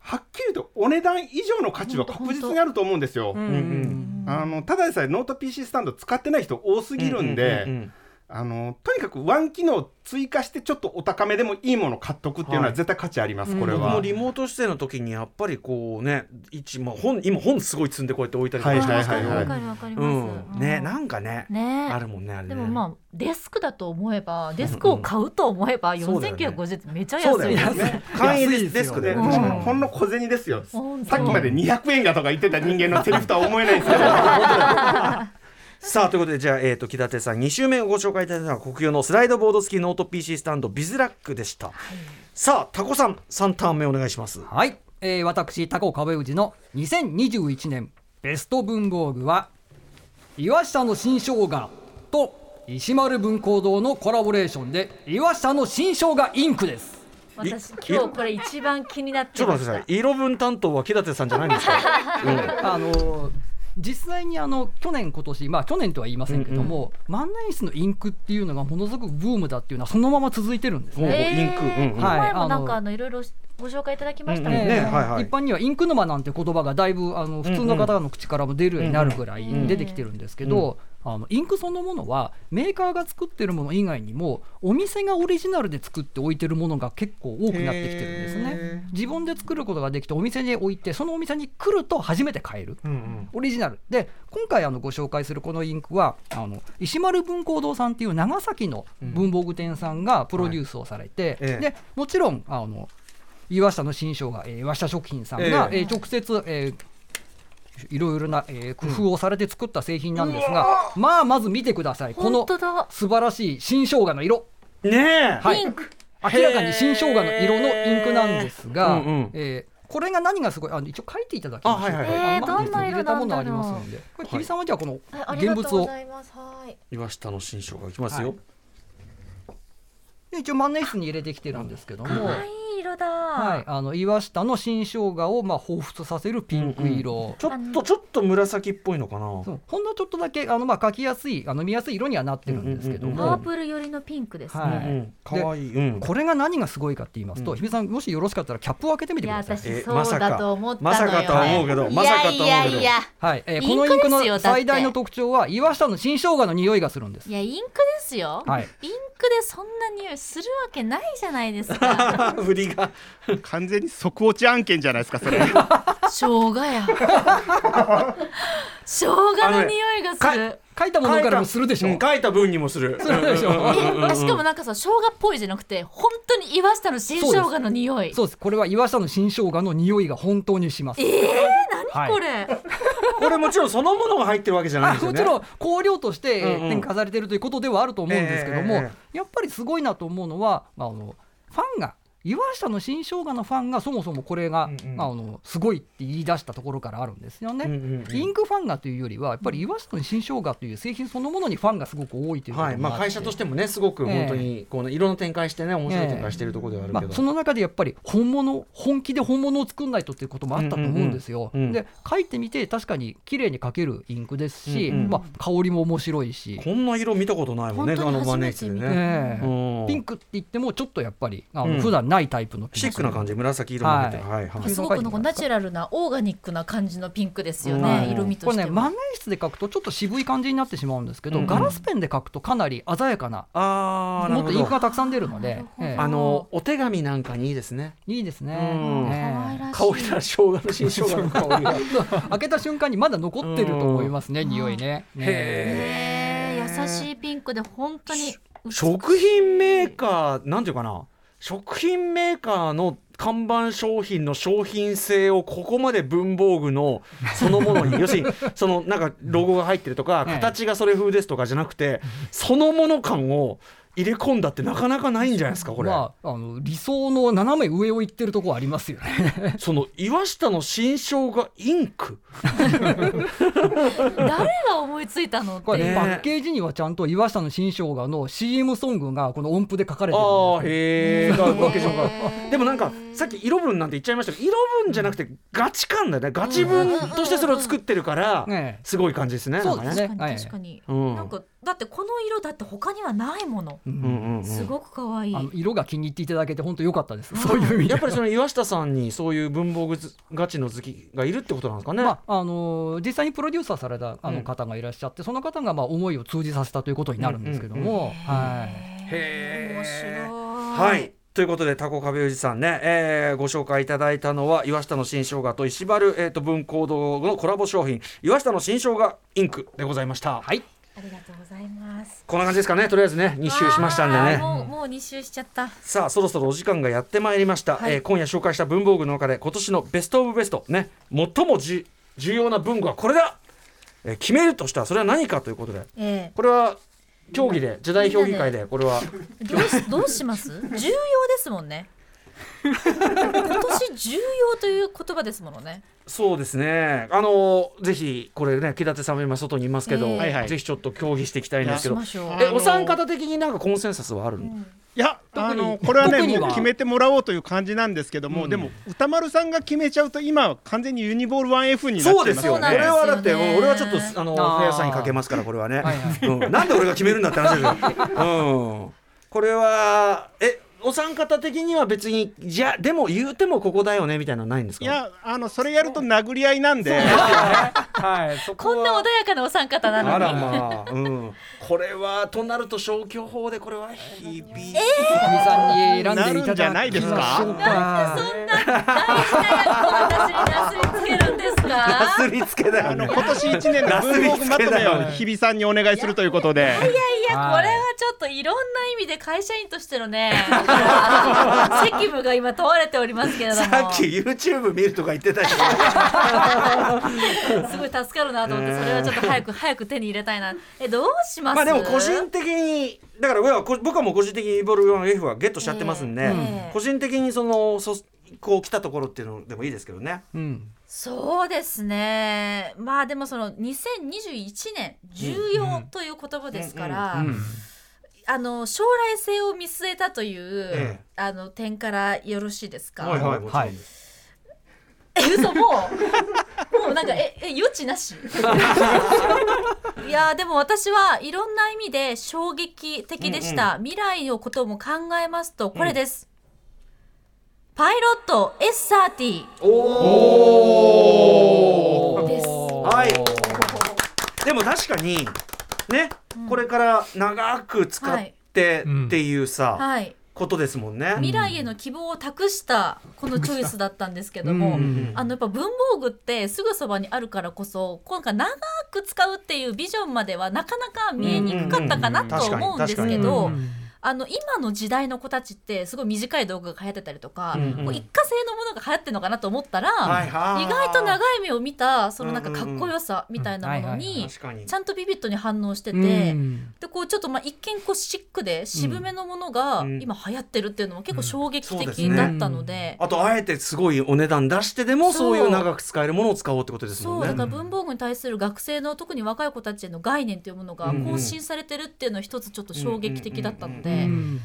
[SPEAKER 5] はっきりとお値段以上の価値は確実にあると思うんですよ。
[SPEAKER 8] うんうん
[SPEAKER 5] あのただでさえノート PC スタンド使ってない人多すぎるんで、
[SPEAKER 8] うう
[SPEAKER 5] あのとにかくワン機能追加してちょっとお高めでもいいもの買っとくっていうの
[SPEAKER 8] は
[SPEAKER 5] はい絶対価値あります、これ
[SPEAKER 8] 僕も
[SPEAKER 5] は。
[SPEAKER 8] リモート出演の時にやっぱりこうね一、まあ、本今本すごい積んでこうやって置いたりとかしてますけ
[SPEAKER 5] はい
[SPEAKER 8] ど、
[SPEAKER 5] はい
[SPEAKER 3] わかるわかり
[SPEAKER 8] う
[SPEAKER 3] ます。
[SPEAKER 8] ん、ねなんかね
[SPEAKER 3] ね
[SPEAKER 8] あるもんねあれね
[SPEAKER 3] でもまあデスクだと思えばデスクを買うと思えば
[SPEAKER 8] そうだよね
[SPEAKER 3] 4950ってめっちゃ
[SPEAKER 8] そうだ
[SPEAKER 3] 安い
[SPEAKER 8] よ
[SPEAKER 3] です。
[SPEAKER 8] ね簡易デスクで
[SPEAKER 5] で
[SPEAKER 8] 確かに
[SPEAKER 5] ほんの小銭ですよ。さ
[SPEAKER 3] 本当
[SPEAKER 5] っきまで200円がとか言ってた人間のセリフとは思えないんです けど。
[SPEAKER 8] さあということでじゃあ、えー、と木立さん2週目をご紹介いただいたのは国用のスライドボード付きノート PC スタンドビズラックでした、さあタコさん3ターン目お願いします
[SPEAKER 4] はい、えー、私高岡壁氏の2021年ベスト文房具は岩下の新生姜と石丸文工堂のコラボレーションで岩下の新生姜インクです
[SPEAKER 3] 私今日これ一番気になっ
[SPEAKER 8] ち
[SPEAKER 3] て
[SPEAKER 8] ょっ
[SPEAKER 3] ま
[SPEAKER 8] と待
[SPEAKER 3] し
[SPEAKER 8] ってくださ
[SPEAKER 3] た。
[SPEAKER 8] い色分担当は木立さんじゃないんですか
[SPEAKER 4] あの実際にあの去年、今年まあ去年とは言いませんけども、万年筆のインクっていうのがものすごくブームだっていうのはそのまま続いてるんです
[SPEAKER 8] おう
[SPEAKER 4] ね。
[SPEAKER 3] えー
[SPEAKER 8] インクうんうん
[SPEAKER 4] はい
[SPEAKER 3] 前もなんかあのいろいろご紹介いただきましたもん
[SPEAKER 8] うん
[SPEAKER 4] ええ
[SPEAKER 8] ねはいはい
[SPEAKER 4] 一般にはインク沼なんて言葉がだいぶあの普通の方の口からも出るようになるぐらい出てきてるんですけど、あのインクそのものはメーカーが作ってるもの以外にもお店がオリジナルで作って置いてるものが結構多くなってきてるんですね。自分で作ることができてお店に置いてそのお店に来ると初めて買える。オリジナルで今回あのご紹介するこのインクはあの石丸文工堂さんっていう長崎の文房具店さんがプロデュースをされて、
[SPEAKER 8] はいええ
[SPEAKER 4] でもちろんあの岩下の新商が、えー岩下食品さんが、
[SPEAKER 8] え
[SPEAKER 4] えー直接、えーいろいろな、えー工夫をされて作った製品なんですが、まあまず見てくださいこの
[SPEAKER 3] 本当だ。
[SPEAKER 4] 素晴らしい新生姜の色、
[SPEAKER 8] ねえ
[SPEAKER 4] はい
[SPEAKER 3] ピンク。
[SPEAKER 4] 明らかに新生姜の色のインクなんですが、
[SPEAKER 8] へーうんうん
[SPEAKER 4] えーこれが何がすごいあの一応書いていただきましょう
[SPEAKER 8] あはいはい
[SPEAKER 3] はい
[SPEAKER 4] あの
[SPEAKER 3] えーどんな
[SPEAKER 4] 入れたものあり
[SPEAKER 3] 色なん
[SPEAKER 4] ま
[SPEAKER 3] だろ
[SPEAKER 4] す
[SPEAKER 3] う
[SPEAKER 4] のでこれ日比さんはじゃあこの
[SPEAKER 3] はいあり
[SPEAKER 4] 現
[SPEAKER 3] がとう
[SPEAKER 4] 物
[SPEAKER 3] ご
[SPEAKER 4] を
[SPEAKER 3] ざいます。はい。
[SPEAKER 8] 岩下の新章がいきますよ、
[SPEAKER 4] はいで一応万年筆に入れてきてるんですけども。
[SPEAKER 3] あいい色だ。
[SPEAKER 4] はい、あの岩下の新生姜をまあ彷彿させるピンク色、
[SPEAKER 8] ちょっとちょっと紫っぽいのかな
[SPEAKER 4] そうほんのちょっとだけあのまあ書きやすいあの見やすい色にはなってるんですけど
[SPEAKER 8] うん
[SPEAKER 4] も、
[SPEAKER 3] パープル寄りのピンクですね。
[SPEAKER 4] はい
[SPEAKER 8] うんかわいい、うん、
[SPEAKER 4] これが何がすごいかって言いますと、
[SPEAKER 8] うん
[SPEAKER 4] 日比さんもしよろしかったらキャップを開けてみて
[SPEAKER 3] い
[SPEAKER 4] く
[SPEAKER 3] や
[SPEAKER 4] ださい。
[SPEAKER 3] 私
[SPEAKER 8] えま
[SPEAKER 3] そう
[SPEAKER 8] さか
[SPEAKER 3] だと思ったの
[SPEAKER 8] ま
[SPEAKER 3] よ、ね
[SPEAKER 8] さかとは思うけどまさかとは思うけど
[SPEAKER 3] いやいやいや
[SPEAKER 4] はい、えー
[SPEAKER 3] イン
[SPEAKER 4] こ
[SPEAKER 3] ク
[SPEAKER 4] のインクの
[SPEAKER 3] ですよだって
[SPEAKER 4] 最大の特徴は岩下の新生姜の匂いがするんです
[SPEAKER 3] い。やインクですよ、
[SPEAKER 4] はい
[SPEAKER 3] インクでそんな匂いするわけないじゃないです か
[SPEAKER 8] 振りが
[SPEAKER 5] 完全に即落ち案件じゃないですか、それ。
[SPEAKER 3] 生姜 や生姜の匂いがする
[SPEAKER 4] 書いたものからもするでしょ。
[SPEAKER 8] うん書いた分にもす る
[SPEAKER 4] でしょ
[SPEAKER 8] うんうんうんうん
[SPEAKER 3] えしかもなんかさ生姜っぽいじゃなくて本当に岩下の新生姜の匂い
[SPEAKER 4] そうです。これは岩下の新生姜の匂いが本当にします。
[SPEAKER 3] えー、
[SPEAKER 4] はい
[SPEAKER 3] 何これ、
[SPEAKER 8] これもちろんそのものが入ってるわけじゃない
[SPEAKER 4] あ
[SPEAKER 8] んです
[SPEAKER 4] も
[SPEAKER 8] よね
[SPEAKER 4] ちろん香料としてえ
[SPEAKER 8] うんうん
[SPEAKER 4] ー添加されてるということではあると思うんですけども、
[SPEAKER 8] えええええ
[SPEAKER 4] やっぱりすごいなと思うのは、まあ、あのファンが岩下の新生姜のファンがそもそもこれが、
[SPEAKER 8] うんうん
[SPEAKER 4] まあ、あのすごいって言い出したところからあるんですよね。
[SPEAKER 8] うんうんうん
[SPEAKER 4] インクファンがというよりはやっぱり岩下の新生姜という製品そのものにファンがすごく多いということもあ
[SPEAKER 8] は
[SPEAKER 4] って、
[SPEAKER 8] いまあ、会社としてもねすごく本当にこの色の展開してね面白い展開してるところではある
[SPEAKER 4] ま
[SPEAKER 8] け
[SPEAKER 4] あ、
[SPEAKER 8] ど、
[SPEAKER 4] その中でやっぱり本物本気で本物を作んないとっていうこともあったと思うんですよ。
[SPEAKER 8] うんうんうんうん
[SPEAKER 4] で書いてみて確かに綺麗に書けるインクですし、
[SPEAKER 8] うんうん
[SPEAKER 4] まあ、香りも面白いし、
[SPEAKER 8] こんな色見たことないもんね
[SPEAKER 3] 本当
[SPEAKER 8] あ
[SPEAKER 3] に
[SPEAKER 8] のマ
[SPEAKER 3] 初めて見
[SPEAKER 8] ネーで
[SPEAKER 3] た
[SPEAKER 8] ね、
[SPEAKER 4] ええ
[SPEAKER 8] うん
[SPEAKER 4] ピンクって言ってもちょっとやっぱりあ
[SPEAKER 8] うん
[SPEAKER 4] の普段ないタイプのピンク、
[SPEAKER 8] シックな感じ紫色も入ってる、はいはい
[SPEAKER 4] うん
[SPEAKER 3] すごくなんかナチュラルなオーガニックな感じのピンクですよね、
[SPEAKER 8] はい
[SPEAKER 3] 色味と
[SPEAKER 4] こ
[SPEAKER 3] し
[SPEAKER 4] れ
[SPEAKER 3] て
[SPEAKER 4] ね
[SPEAKER 3] も、
[SPEAKER 4] 万年筆で書くとちょっと渋い感じになってしまうんですけど、
[SPEAKER 8] うん
[SPEAKER 4] ガラスペンで書くとかなり鮮やかな
[SPEAKER 8] ああな
[SPEAKER 4] もっ
[SPEAKER 8] るほ
[SPEAKER 4] とインク
[SPEAKER 8] ど
[SPEAKER 4] がたくさん出るの
[SPEAKER 3] な
[SPEAKER 4] で
[SPEAKER 3] る、ほど
[SPEAKER 4] え
[SPEAKER 8] あのお手紙なんかにいいですね
[SPEAKER 4] えいいですね、
[SPEAKER 8] うん
[SPEAKER 3] 可愛
[SPEAKER 4] ええ
[SPEAKER 3] らしい
[SPEAKER 8] 香りだ生姜の新生姜の香りが
[SPEAKER 4] 開けた瞬間にまだ残ってると思いますね、匂いね。
[SPEAKER 8] へ
[SPEAKER 4] ね
[SPEAKER 3] えー優しいピンクで本当に美しい
[SPEAKER 8] 食品メーカーなんていうかな食品メーカーの看板商品の商品性をここまで文房具のそのものに要するにそのなんかロゴが入ってるとか
[SPEAKER 4] ええ
[SPEAKER 8] 形がそれ風ですとかじゃなくてそのもの感を入れ込んだってなかなかないんじゃないですかこれ、
[SPEAKER 4] まあ、あの理想の斜め上を行ってるところあります よね。
[SPEAKER 8] その岩下の新生姜インク
[SPEAKER 3] 誰が思いついたのって
[SPEAKER 4] これ
[SPEAKER 8] ね
[SPEAKER 4] パッケージにはちゃんと岩下の新生姜の CM ソングがこの音符で書かれてる
[SPEAKER 8] あ
[SPEAKER 4] ん
[SPEAKER 8] あ
[SPEAKER 4] ですよ
[SPEAKER 8] へえわけじゃんか
[SPEAKER 3] へー
[SPEAKER 8] でもなんかさっき色分なんて言っちゃいましたけど色分じゃなくてガチ感だよねガチ分としてそれを作ってるから
[SPEAKER 4] ねえ
[SPEAKER 8] すごい感じですね
[SPEAKER 4] そうですね
[SPEAKER 3] 確かに確かに、
[SPEAKER 8] うん
[SPEAKER 3] なんかだってこの色だって他にはないもの、
[SPEAKER 8] うんうん
[SPEAKER 3] すごく可愛い
[SPEAKER 2] あの色が気に入っていただけて本当良かったです。 そういう意味で
[SPEAKER 8] やっぱりその岩下さんにそういう文房具ガチの好きがいるってことなんですかね。
[SPEAKER 2] まああのー実際にプロデューサーされたあの方がいらっしゃって、その方がまあ思いを通じさせたということになるんですけども、はい、
[SPEAKER 8] へえ。
[SPEAKER 3] 面白い、
[SPEAKER 8] はい。ということで、タコ壁おじさんね、えーご紹介いただいたのは、岩下の新生姜と石丸、えー、と文工堂のコラボ商品、岩下の新生姜インクでございました。はい。
[SPEAKER 3] ありがとうございます
[SPEAKER 8] こんな感じですかね、とりあえずね、2周しましたんで
[SPEAKER 3] あー
[SPEAKER 8] ね。
[SPEAKER 3] もうもう2周しちゃった
[SPEAKER 8] さあそろそろお時間がやってまいりました、えー今夜紹介した文房具の中で今年のベスト・オブ・ベストね最もじ重要な文具はこれだ、えー決めるとしたらそれは何かということで
[SPEAKER 3] え
[SPEAKER 8] これは競技で時代評議会でこれは
[SPEAKER 3] えどうしどうします重要ですもんね今年重要という言葉ですものね
[SPEAKER 8] そうですねあのーぜひこれね木立さんも今外にいますけど、
[SPEAKER 3] ええ
[SPEAKER 5] はいはい
[SPEAKER 8] ぜひちょっと協議していきたいんですけ
[SPEAKER 3] し
[SPEAKER 8] ど
[SPEAKER 3] ましょう
[SPEAKER 8] えお三方的になんかコンセンサスはある の、
[SPEAKER 5] いや
[SPEAKER 2] 特に
[SPEAKER 5] あのこれはね
[SPEAKER 2] 特には
[SPEAKER 5] もう決めてもらおうという感じなんですけども、でも歌丸さんが決めちゃうと今は完全にユニボール 1F になっ
[SPEAKER 8] そう
[SPEAKER 5] ちゃ
[SPEAKER 8] で
[SPEAKER 5] いますす
[SPEAKER 8] よ
[SPEAKER 5] よ
[SPEAKER 8] こ
[SPEAKER 5] ね。
[SPEAKER 8] れはだって
[SPEAKER 3] そうなんですよね
[SPEAKER 8] 俺はちょっとあのフ
[SPEAKER 2] あー
[SPEAKER 8] ェアさんにかけますからこれはね、
[SPEAKER 2] はいはい
[SPEAKER 8] うん、なんで俺が決めるんだって話ですよ、うん、これはえお三方的には別にじゃでも言うてもここだよねみたいなのないんですか
[SPEAKER 5] いやあのそれやると殴り合いなんで
[SPEAKER 4] はい、そ
[SPEAKER 3] こんな穏やかなお三方なの
[SPEAKER 8] あ
[SPEAKER 3] に
[SPEAKER 8] らまあ、うん、これはとなると消去法でこれは響く、
[SPEAKER 2] 久美さんに選んでいただきましょう
[SPEAKER 5] なるんじゃないですか
[SPEAKER 2] か
[SPEAKER 3] 私になすりつけるんですか
[SPEAKER 8] すりつけだ
[SPEAKER 5] あ
[SPEAKER 8] よ
[SPEAKER 5] の
[SPEAKER 8] ね
[SPEAKER 5] 今年1年の文房具まとめ
[SPEAKER 8] なすりつけだよ
[SPEAKER 5] を日比さんにお願いするということで
[SPEAKER 3] いや、
[SPEAKER 2] はい
[SPEAKER 3] これはちょっといろんな意味で会社員としての ね責務が今問われておりますけれども
[SPEAKER 8] さっき YouTube 見るとか言ってたけど
[SPEAKER 3] すごい助かるなと思ってそれはちょっと早く早く手に入れたいなえどうします
[SPEAKER 8] まあでも個人的にだから俺はこ僕はもう個人的にイボルワン F はゲットしちゃってますんで、
[SPEAKER 3] ええ
[SPEAKER 8] 個人的にそのそこう来たところっていうのでもいいですけどね。
[SPEAKER 2] うん、
[SPEAKER 3] そうですねまあでもその2021年重要という言葉ですから、あの将来性を見据えたという、
[SPEAKER 8] ええ
[SPEAKER 3] あの点からよろしいですか、
[SPEAKER 8] はい
[SPEAKER 2] はい
[SPEAKER 3] え嘘もうもうなんかえ え余地なしいやーでも私はいろんな意味で衝撃的でした、未来のことも考えますとこれです、パイロット S30 です
[SPEAKER 8] はい。でも確かにね、これから長く使ってっていうさ、
[SPEAKER 3] はい
[SPEAKER 8] ことですもんね。
[SPEAKER 3] 未来への希望を託したこのチョイスだったんですけども、あのやっぱ文房具ってすぐそばにあるからこそ今回長く使うっていうビジョンまではなかなか見えにくかったかなと思うんですけどあの今の時代の子たちってすごい短い道具が流行ってたりとか、
[SPEAKER 8] うん
[SPEAKER 3] こう一過性のものが流行ってるのかなと思ったら、
[SPEAKER 8] はいはい
[SPEAKER 3] 意外と長い目を見たそのなんかかっこよさみたいなもの
[SPEAKER 2] うんうん
[SPEAKER 3] に
[SPEAKER 8] 確かに
[SPEAKER 3] ち。ゃんとビビットに反応してて。
[SPEAKER 2] うん
[SPEAKER 3] でこうちょっとまあ一見こうシックで渋めのものが
[SPEAKER 8] うん
[SPEAKER 3] 今流行ってるっていうのも結構衝撃
[SPEAKER 8] うんそうです
[SPEAKER 3] 的
[SPEAKER 8] ね
[SPEAKER 3] だったので。
[SPEAKER 8] あとあえてすごいお値段出してでもそういう長く使えるものを使おうってことです
[SPEAKER 3] そ
[SPEAKER 8] も
[SPEAKER 3] うんだか
[SPEAKER 8] ね。
[SPEAKER 3] ら文房具に対する学生の特に若い子たちへの概念というものが
[SPEAKER 8] うんうん
[SPEAKER 3] 更新されてるっていうのは一つちょっと衝撃的だったの
[SPEAKER 8] うんうん
[SPEAKER 2] う
[SPEAKER 3] で
[SPEAKER 2] ん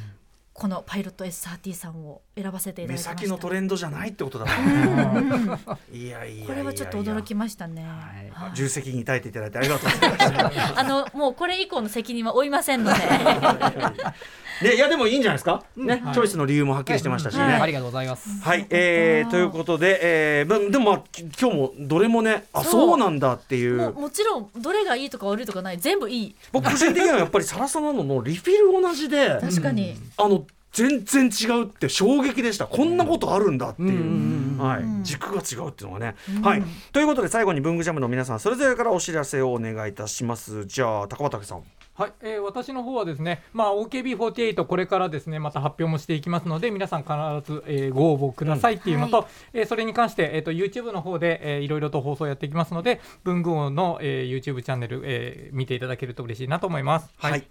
[SPEAKER 3] このパイロット S30 さんを選ばせていただ
[SPEAKER 8] 目
[SPEAKER 3] きま
[SPEAKER 8] 先
[SPEAKER 3] し
[SPEAKER 8] の
[SPEAKER 3] た
[SPEAKER 8] ト
[SPEAKER 3] こ
[SPEAKER 8] レンドじゃないってことだもんね。いやいやいやいや。
[SPEAKER 3] れはちょっと驚きましたね
[SPEAKER 2] い
[SPEAKER 3] はい
[SPEAKER 8] 重責に耐えていただいてありがとうございました。
[SPEAKER 3] あのもうこれ以降の責任は負いませんので
[SPEAKER 8] ね、いやでもいいんじゃないですか、ねチョイスの理由もはっきりしてましたしね。
[SPEAKER 2] あ
[SPEAKER 8] はい
[SPEAKER 2] りがとうございます。
[SPEAKER 8] えーということで、えーま、でも、まあ、き今日もどれもねあ
[SPEAKER 3] そう
[SPEAKER 8] そうなんだってい
[SPEAKER 3] も
[SPEAKER 8] う
[SPEAKER 3] うもちろんどれがいいとか悪いとかない全部いい
[SPEAKER 8] 僕個人的にはやっぱりサラサラなののリフィル同じで
[SPEAKER 3] 確かに
[SPEAKER 8] あの全然違うって衝撃でしたこんなことあるんだっていう、はい、軸が違うっていうのがね、はいということで最後に文具ジャムの皆さんそれぞれからお知らせをお願いいたしますじゃあ高畑さん
[SPEAKER 4] はい、えー私の方はですね、まあ、OKB48 これからですね、また発表もしていきますので、皆さん必ず、えーご応募くださいっていうのと、
[SPEAKER 3] は
[SPEAKER 4] えーそれに関して、えーと、YouTube の方で、えーいろいろと放送やっていきますので、文具王の、えー YouTube チャンネル、えー見ていただけると嬉しいなと思います。
[SPEAKER 8] はい、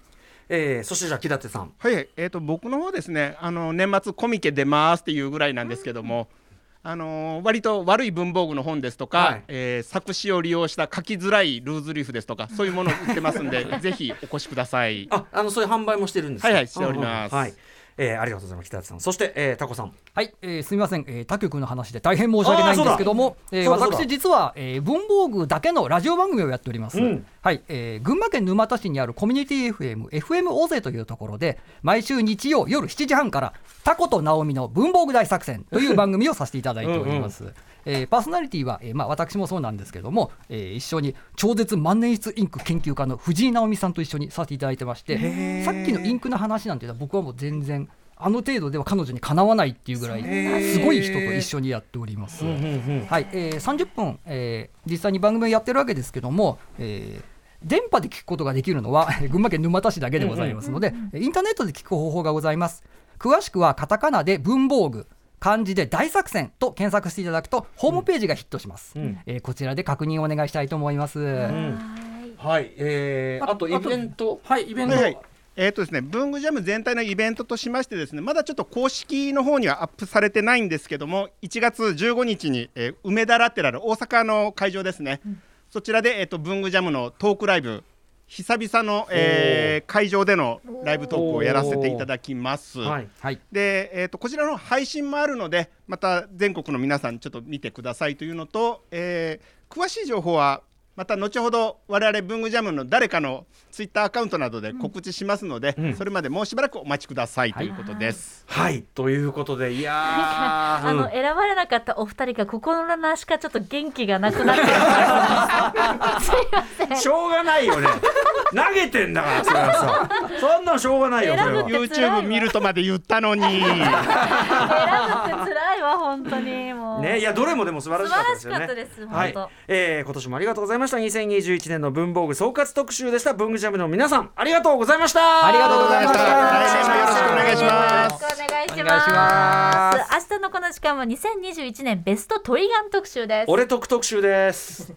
[SPEAKER 8] えーそしてじゃあ木立さん
[SPEAKER 5] はい、えー、と僕の方ですねあの年末コミケ出ますっていうぐらいなんですけども、あの割と悪い文房具の本ですとか、
[SPEAKER 8] はい
[SPEAKER 5] えー作詞を利用した書きづらいルーズリーフですとかそういう ものを売ってますんでぜひお越しください。
[SPEAKER 8] あ、あのそういう販売もしてるんですか
[SPEAKER 5] はいはいしております
[SPEAKER 8] うんうんはい。えーありがとうございます北田さんそして、えー、タコさん
[SPEAKER 4] はい、えーすみません、えー他局の話で大変申し訳ないんですけども、えー
[SPEAKER 8] そうだそうだ
[SPEAKER 4] 私実は、えー文房具だけのラジオ番組をやっております、
[SPEAKER 8] うん
[SPEAKER 4] はい、えー群馬県沼田市にあるコミュニティ FM FM 大勢というところで毎週日曜夜7時半からタコとナオミの文房具大作戦という番組をさせていただいております。えーパーソナリティは、えーまあ、私もそうなんですけども、えー一緒に超絶万年筆インク研究家の藤井直美さんと一緒にさせていただいてましてさっきのインクの話なんていうのは僕はもう全然あの程度では彼女にかなわないっていうぐらいすごい人と一緒にやっております。はい、えー、30分、えー実際に番組をやってるわけですけども、えー電波で聞くことができるのは群馬県沼田市だけでございますので、インターネットで聞く方法がございます。詳しくはカタカナで文房具。漢字で大作戦と検索していただくとホームページがヒットします、えーこちらで確認をお願いしたいと思います、
[SPEAKER 8] はい、えー、あとイベント
[SPEAKER 6] はい、イベント、
[SPEAKER 5] はいはいえーとですね、文具ジャム全体のイベントとしましてですねまだちょっと公式の方にはアップされてないんですけども1月15日に、えー梅田ラテラル大阪の会場ですね、そちらで、えー、と文具ジャムのトークライブ久々の、えー会場でのライブトークをやらせていただきます。
[SPEAKER 8] はい
[SPEAKER 4] はい、
[SPEAKER 5] で、えー、とこちらの配信もあるのでまた全国の皆さんちょっと見てくださいというのと、えー詳しい情報はまた後ほど我々文具ジャムの誰かのツイッターアカウントなどで告知しますので、それまでもうしばらくお待ちくださいということです。
[SPEAKER 8] はいということでいやー
[SPEAKER 9] あの、選ばれなかったお二人が心なしかちょっと元気がなくなっ てる感じですすいません
[SPEAKER 8] うんしょうがないよね投げてんだからそれはさそんなんしょうがないよそれ
[SPEAKER 9] 選
[SPEAKER 8] は
[SPEAKER 9] ぶ。
[SPEAKER 5] YouTube 見るとまで言ったのに
[SPEAKER 9] 選ぶって辛いわ本当にもう、
[SPEAKER 8] ね、いやどれもでも素晴らしかったです
[SPEAKER 3] 素晴
[SPEAKER 8] よね。
[SPEAKER 3] らしかったです
[SPEAKER 8] はい
[SPEAKER 3] 本当、
[SPEAKER 8] えー今年もありがとうございました。2021年の文房具総括特集でした。文具ジャムの皆さんありがとうございました。
[SPEAKER 4] ありがとうございました
[SPEAKER 5] 来年もよろしくお願いします。
[SPEAKER 3] よろしくお願いし
[SPEAKER 4] お願いし
[SPEAKER 3] ま。
[SPEAKER 4] ます
[SPEAKER 3] 明日のこの時間は2021年ベストトリガン特集です。
[SPEAKER 8] 俺特特集です。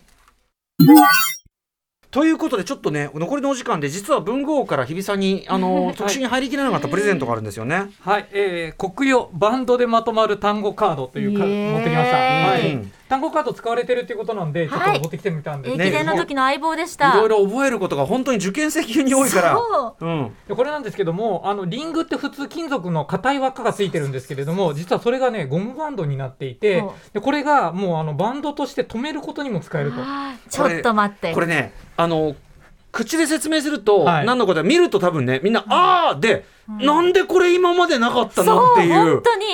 [SPEAKER 8] ということでちょっとね残りのお時間で実は文豪から日比さんにあの特集に入りきらなかったプレゼントがあるんですよね。
[SPEAKER 6] はい、えー、国語バンドでまとまる単語カードというか、
[SPEAKER 9] イエーイ
[SPEAKER 6] 持ってきました。は
[SPEAKER 8] う
[SPEAKER 6] い
[SPEAKER 8] ん。
[SPEAKER 6] 単語カード使われてるっていうことなんで、ちょっ
[SPEAKER 3] はい
[SPEAKER 6] と持ってきてみたんです
[SPEAKER 3] 駅
[SPEAKER 6] けど、
[SPEAKER 3] 伝の時の相棒でし
[SPEAKER 8] い
[SPEAKER 3] た。
[SPEAKER 8] ろいろ覚えることが本当に受験生級に多いから。
[SPEAKER 3] そう
[SPEAKER 8] うん。
[SPEAKER 6] でこれなんですけども、あのリングって普通金属の硬い輪っかがついてるんですけれども、実はそれがねゴムバンドになっていて
[SPEAKER 3] ほ、
[SPEAKER 6] でこれがもうあのバンドとして止めることにも使えると。
[SPEAKER 3] あーちょっと待って。
[SPEAKER 8] これねあの口で説明すると
[SPEAKER 6] はい
[SPEAKER 8] 何のことか見ると多分ねみんな「あー」で、なんでこれ今までなかっ
[SPEAKER 3] そ
[SPEAKER 8] た
[SPEAKER 3] う
[SPEAKER 8] のっていう
[SPEAKER 3] 本当に。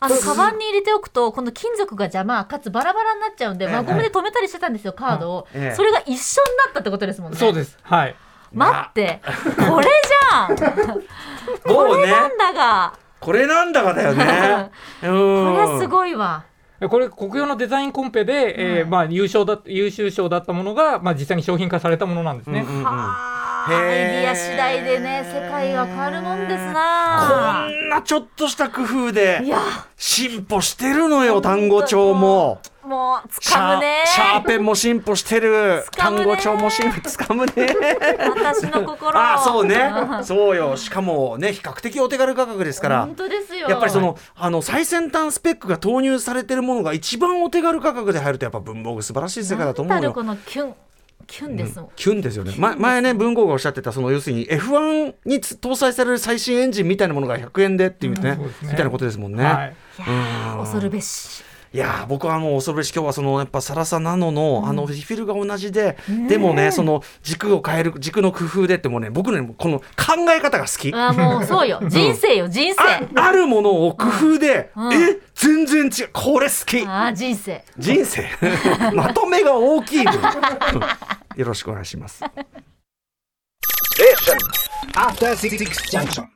[SPEAKER 3] あのカバンに入れておくとこの金属が邪魔かつバラバラになっちゃうんで
[SPEAKER 8] ええ
[SPEAKER 3] 輪ゴムで止めたりしてたんですよカードを、
[SPEAKER 8] ええ
[SPEAKER 3] それが一緒になったってことですもんね
[SPEAKER 6] そうです。はい。
[SPEAKER 3] 待ってこれじゃん
[SPEAKER 8] もうね
[SPEAKER 3] なんだが
[SPEAKER 8] これなんだかだよね
[SPEAKER 3] これ
[SPEAKER 8] こ
[SPEAKER 3] はすごいわ
[SPEAKER 6] でこれ国用のデザインコンペで、えーまあ優勝だ優秀賞だったものがまあ実際に商品化されたものなんですね。
[SPEAKER 3] あ
[SPEAKER 8] へ
[SPEAKER 3] ーア
[SPEAKER 8] ー
[SPEAKER 3] イディア次第でね世界が変わるもんです
[SPEAKER 8] こ
[SPEAKER 3] なん
[SPEAKER 8] なちょっとした工夫
[SPEAKER 3] い
[SPEAKER 8] で
[SPEAKER 3] や
[SPEAKER 8] 進歩してるのよ単語帳も
[SPEAKER 3] もう
[SPEAKER 8] シャ
[SPEAKER 3] 掴むね
[SPEAKER 8] シャーペンも進歩してる
[SPEAKER 3] 掴むね
[SPEAKER 8] 単語帳も進歩つかむね
[SPEAKER 3] 私の心を
[SPEAKER 8] あそうね
[SPEAKER 3] ん
[SPEAKER 8] そうよしかもね比較的お手軽価格ですから
[SPEAKER 3] 本当ですよ
[SPEAKER 8] やっぱりそのあの最先端スペックが投入されてるものが一番お手軽価格で入るとやっぱ文房具素晴らしい世界だと思
[SPEAKER 3] な
[SPEAKER 8] うん
[SPEAKER 3] た
[SPEAKER 8] よ
[SPEAKER 3] る。このキュンキュンですもん、
[SPEAKER 8] キュンですよね、ま、前ね文豪がおっしゃってたその要するに F1 につ搭載される最新エンジンみたいなものが100円でっていうね,、
[SPEAKER 6] うんそうですね
[SPEAKER 8] みたいなことですもんね。
[SPEAKER 6] はい。
[SPEAKER 3] 恐るべし
[SPEAKER 8] いやー僕はもう恐るべし今日はそのやっぱサラサナノの、あのリフィルが同じで、でもねその軸を変える軸の工夫でってもうね僕のねこの考え方が好き。
[SPEAKER 3] あもうそうよ人生よ人生
[SPEAKER 8] ああるものを工夫で、え全然違うこれ好き
[SPEAKER 3] あー人生
[SPEAKER 8] 人生 まとめが大きい分よろしくお願いします。
[SPEAKER 10] After Six Junction.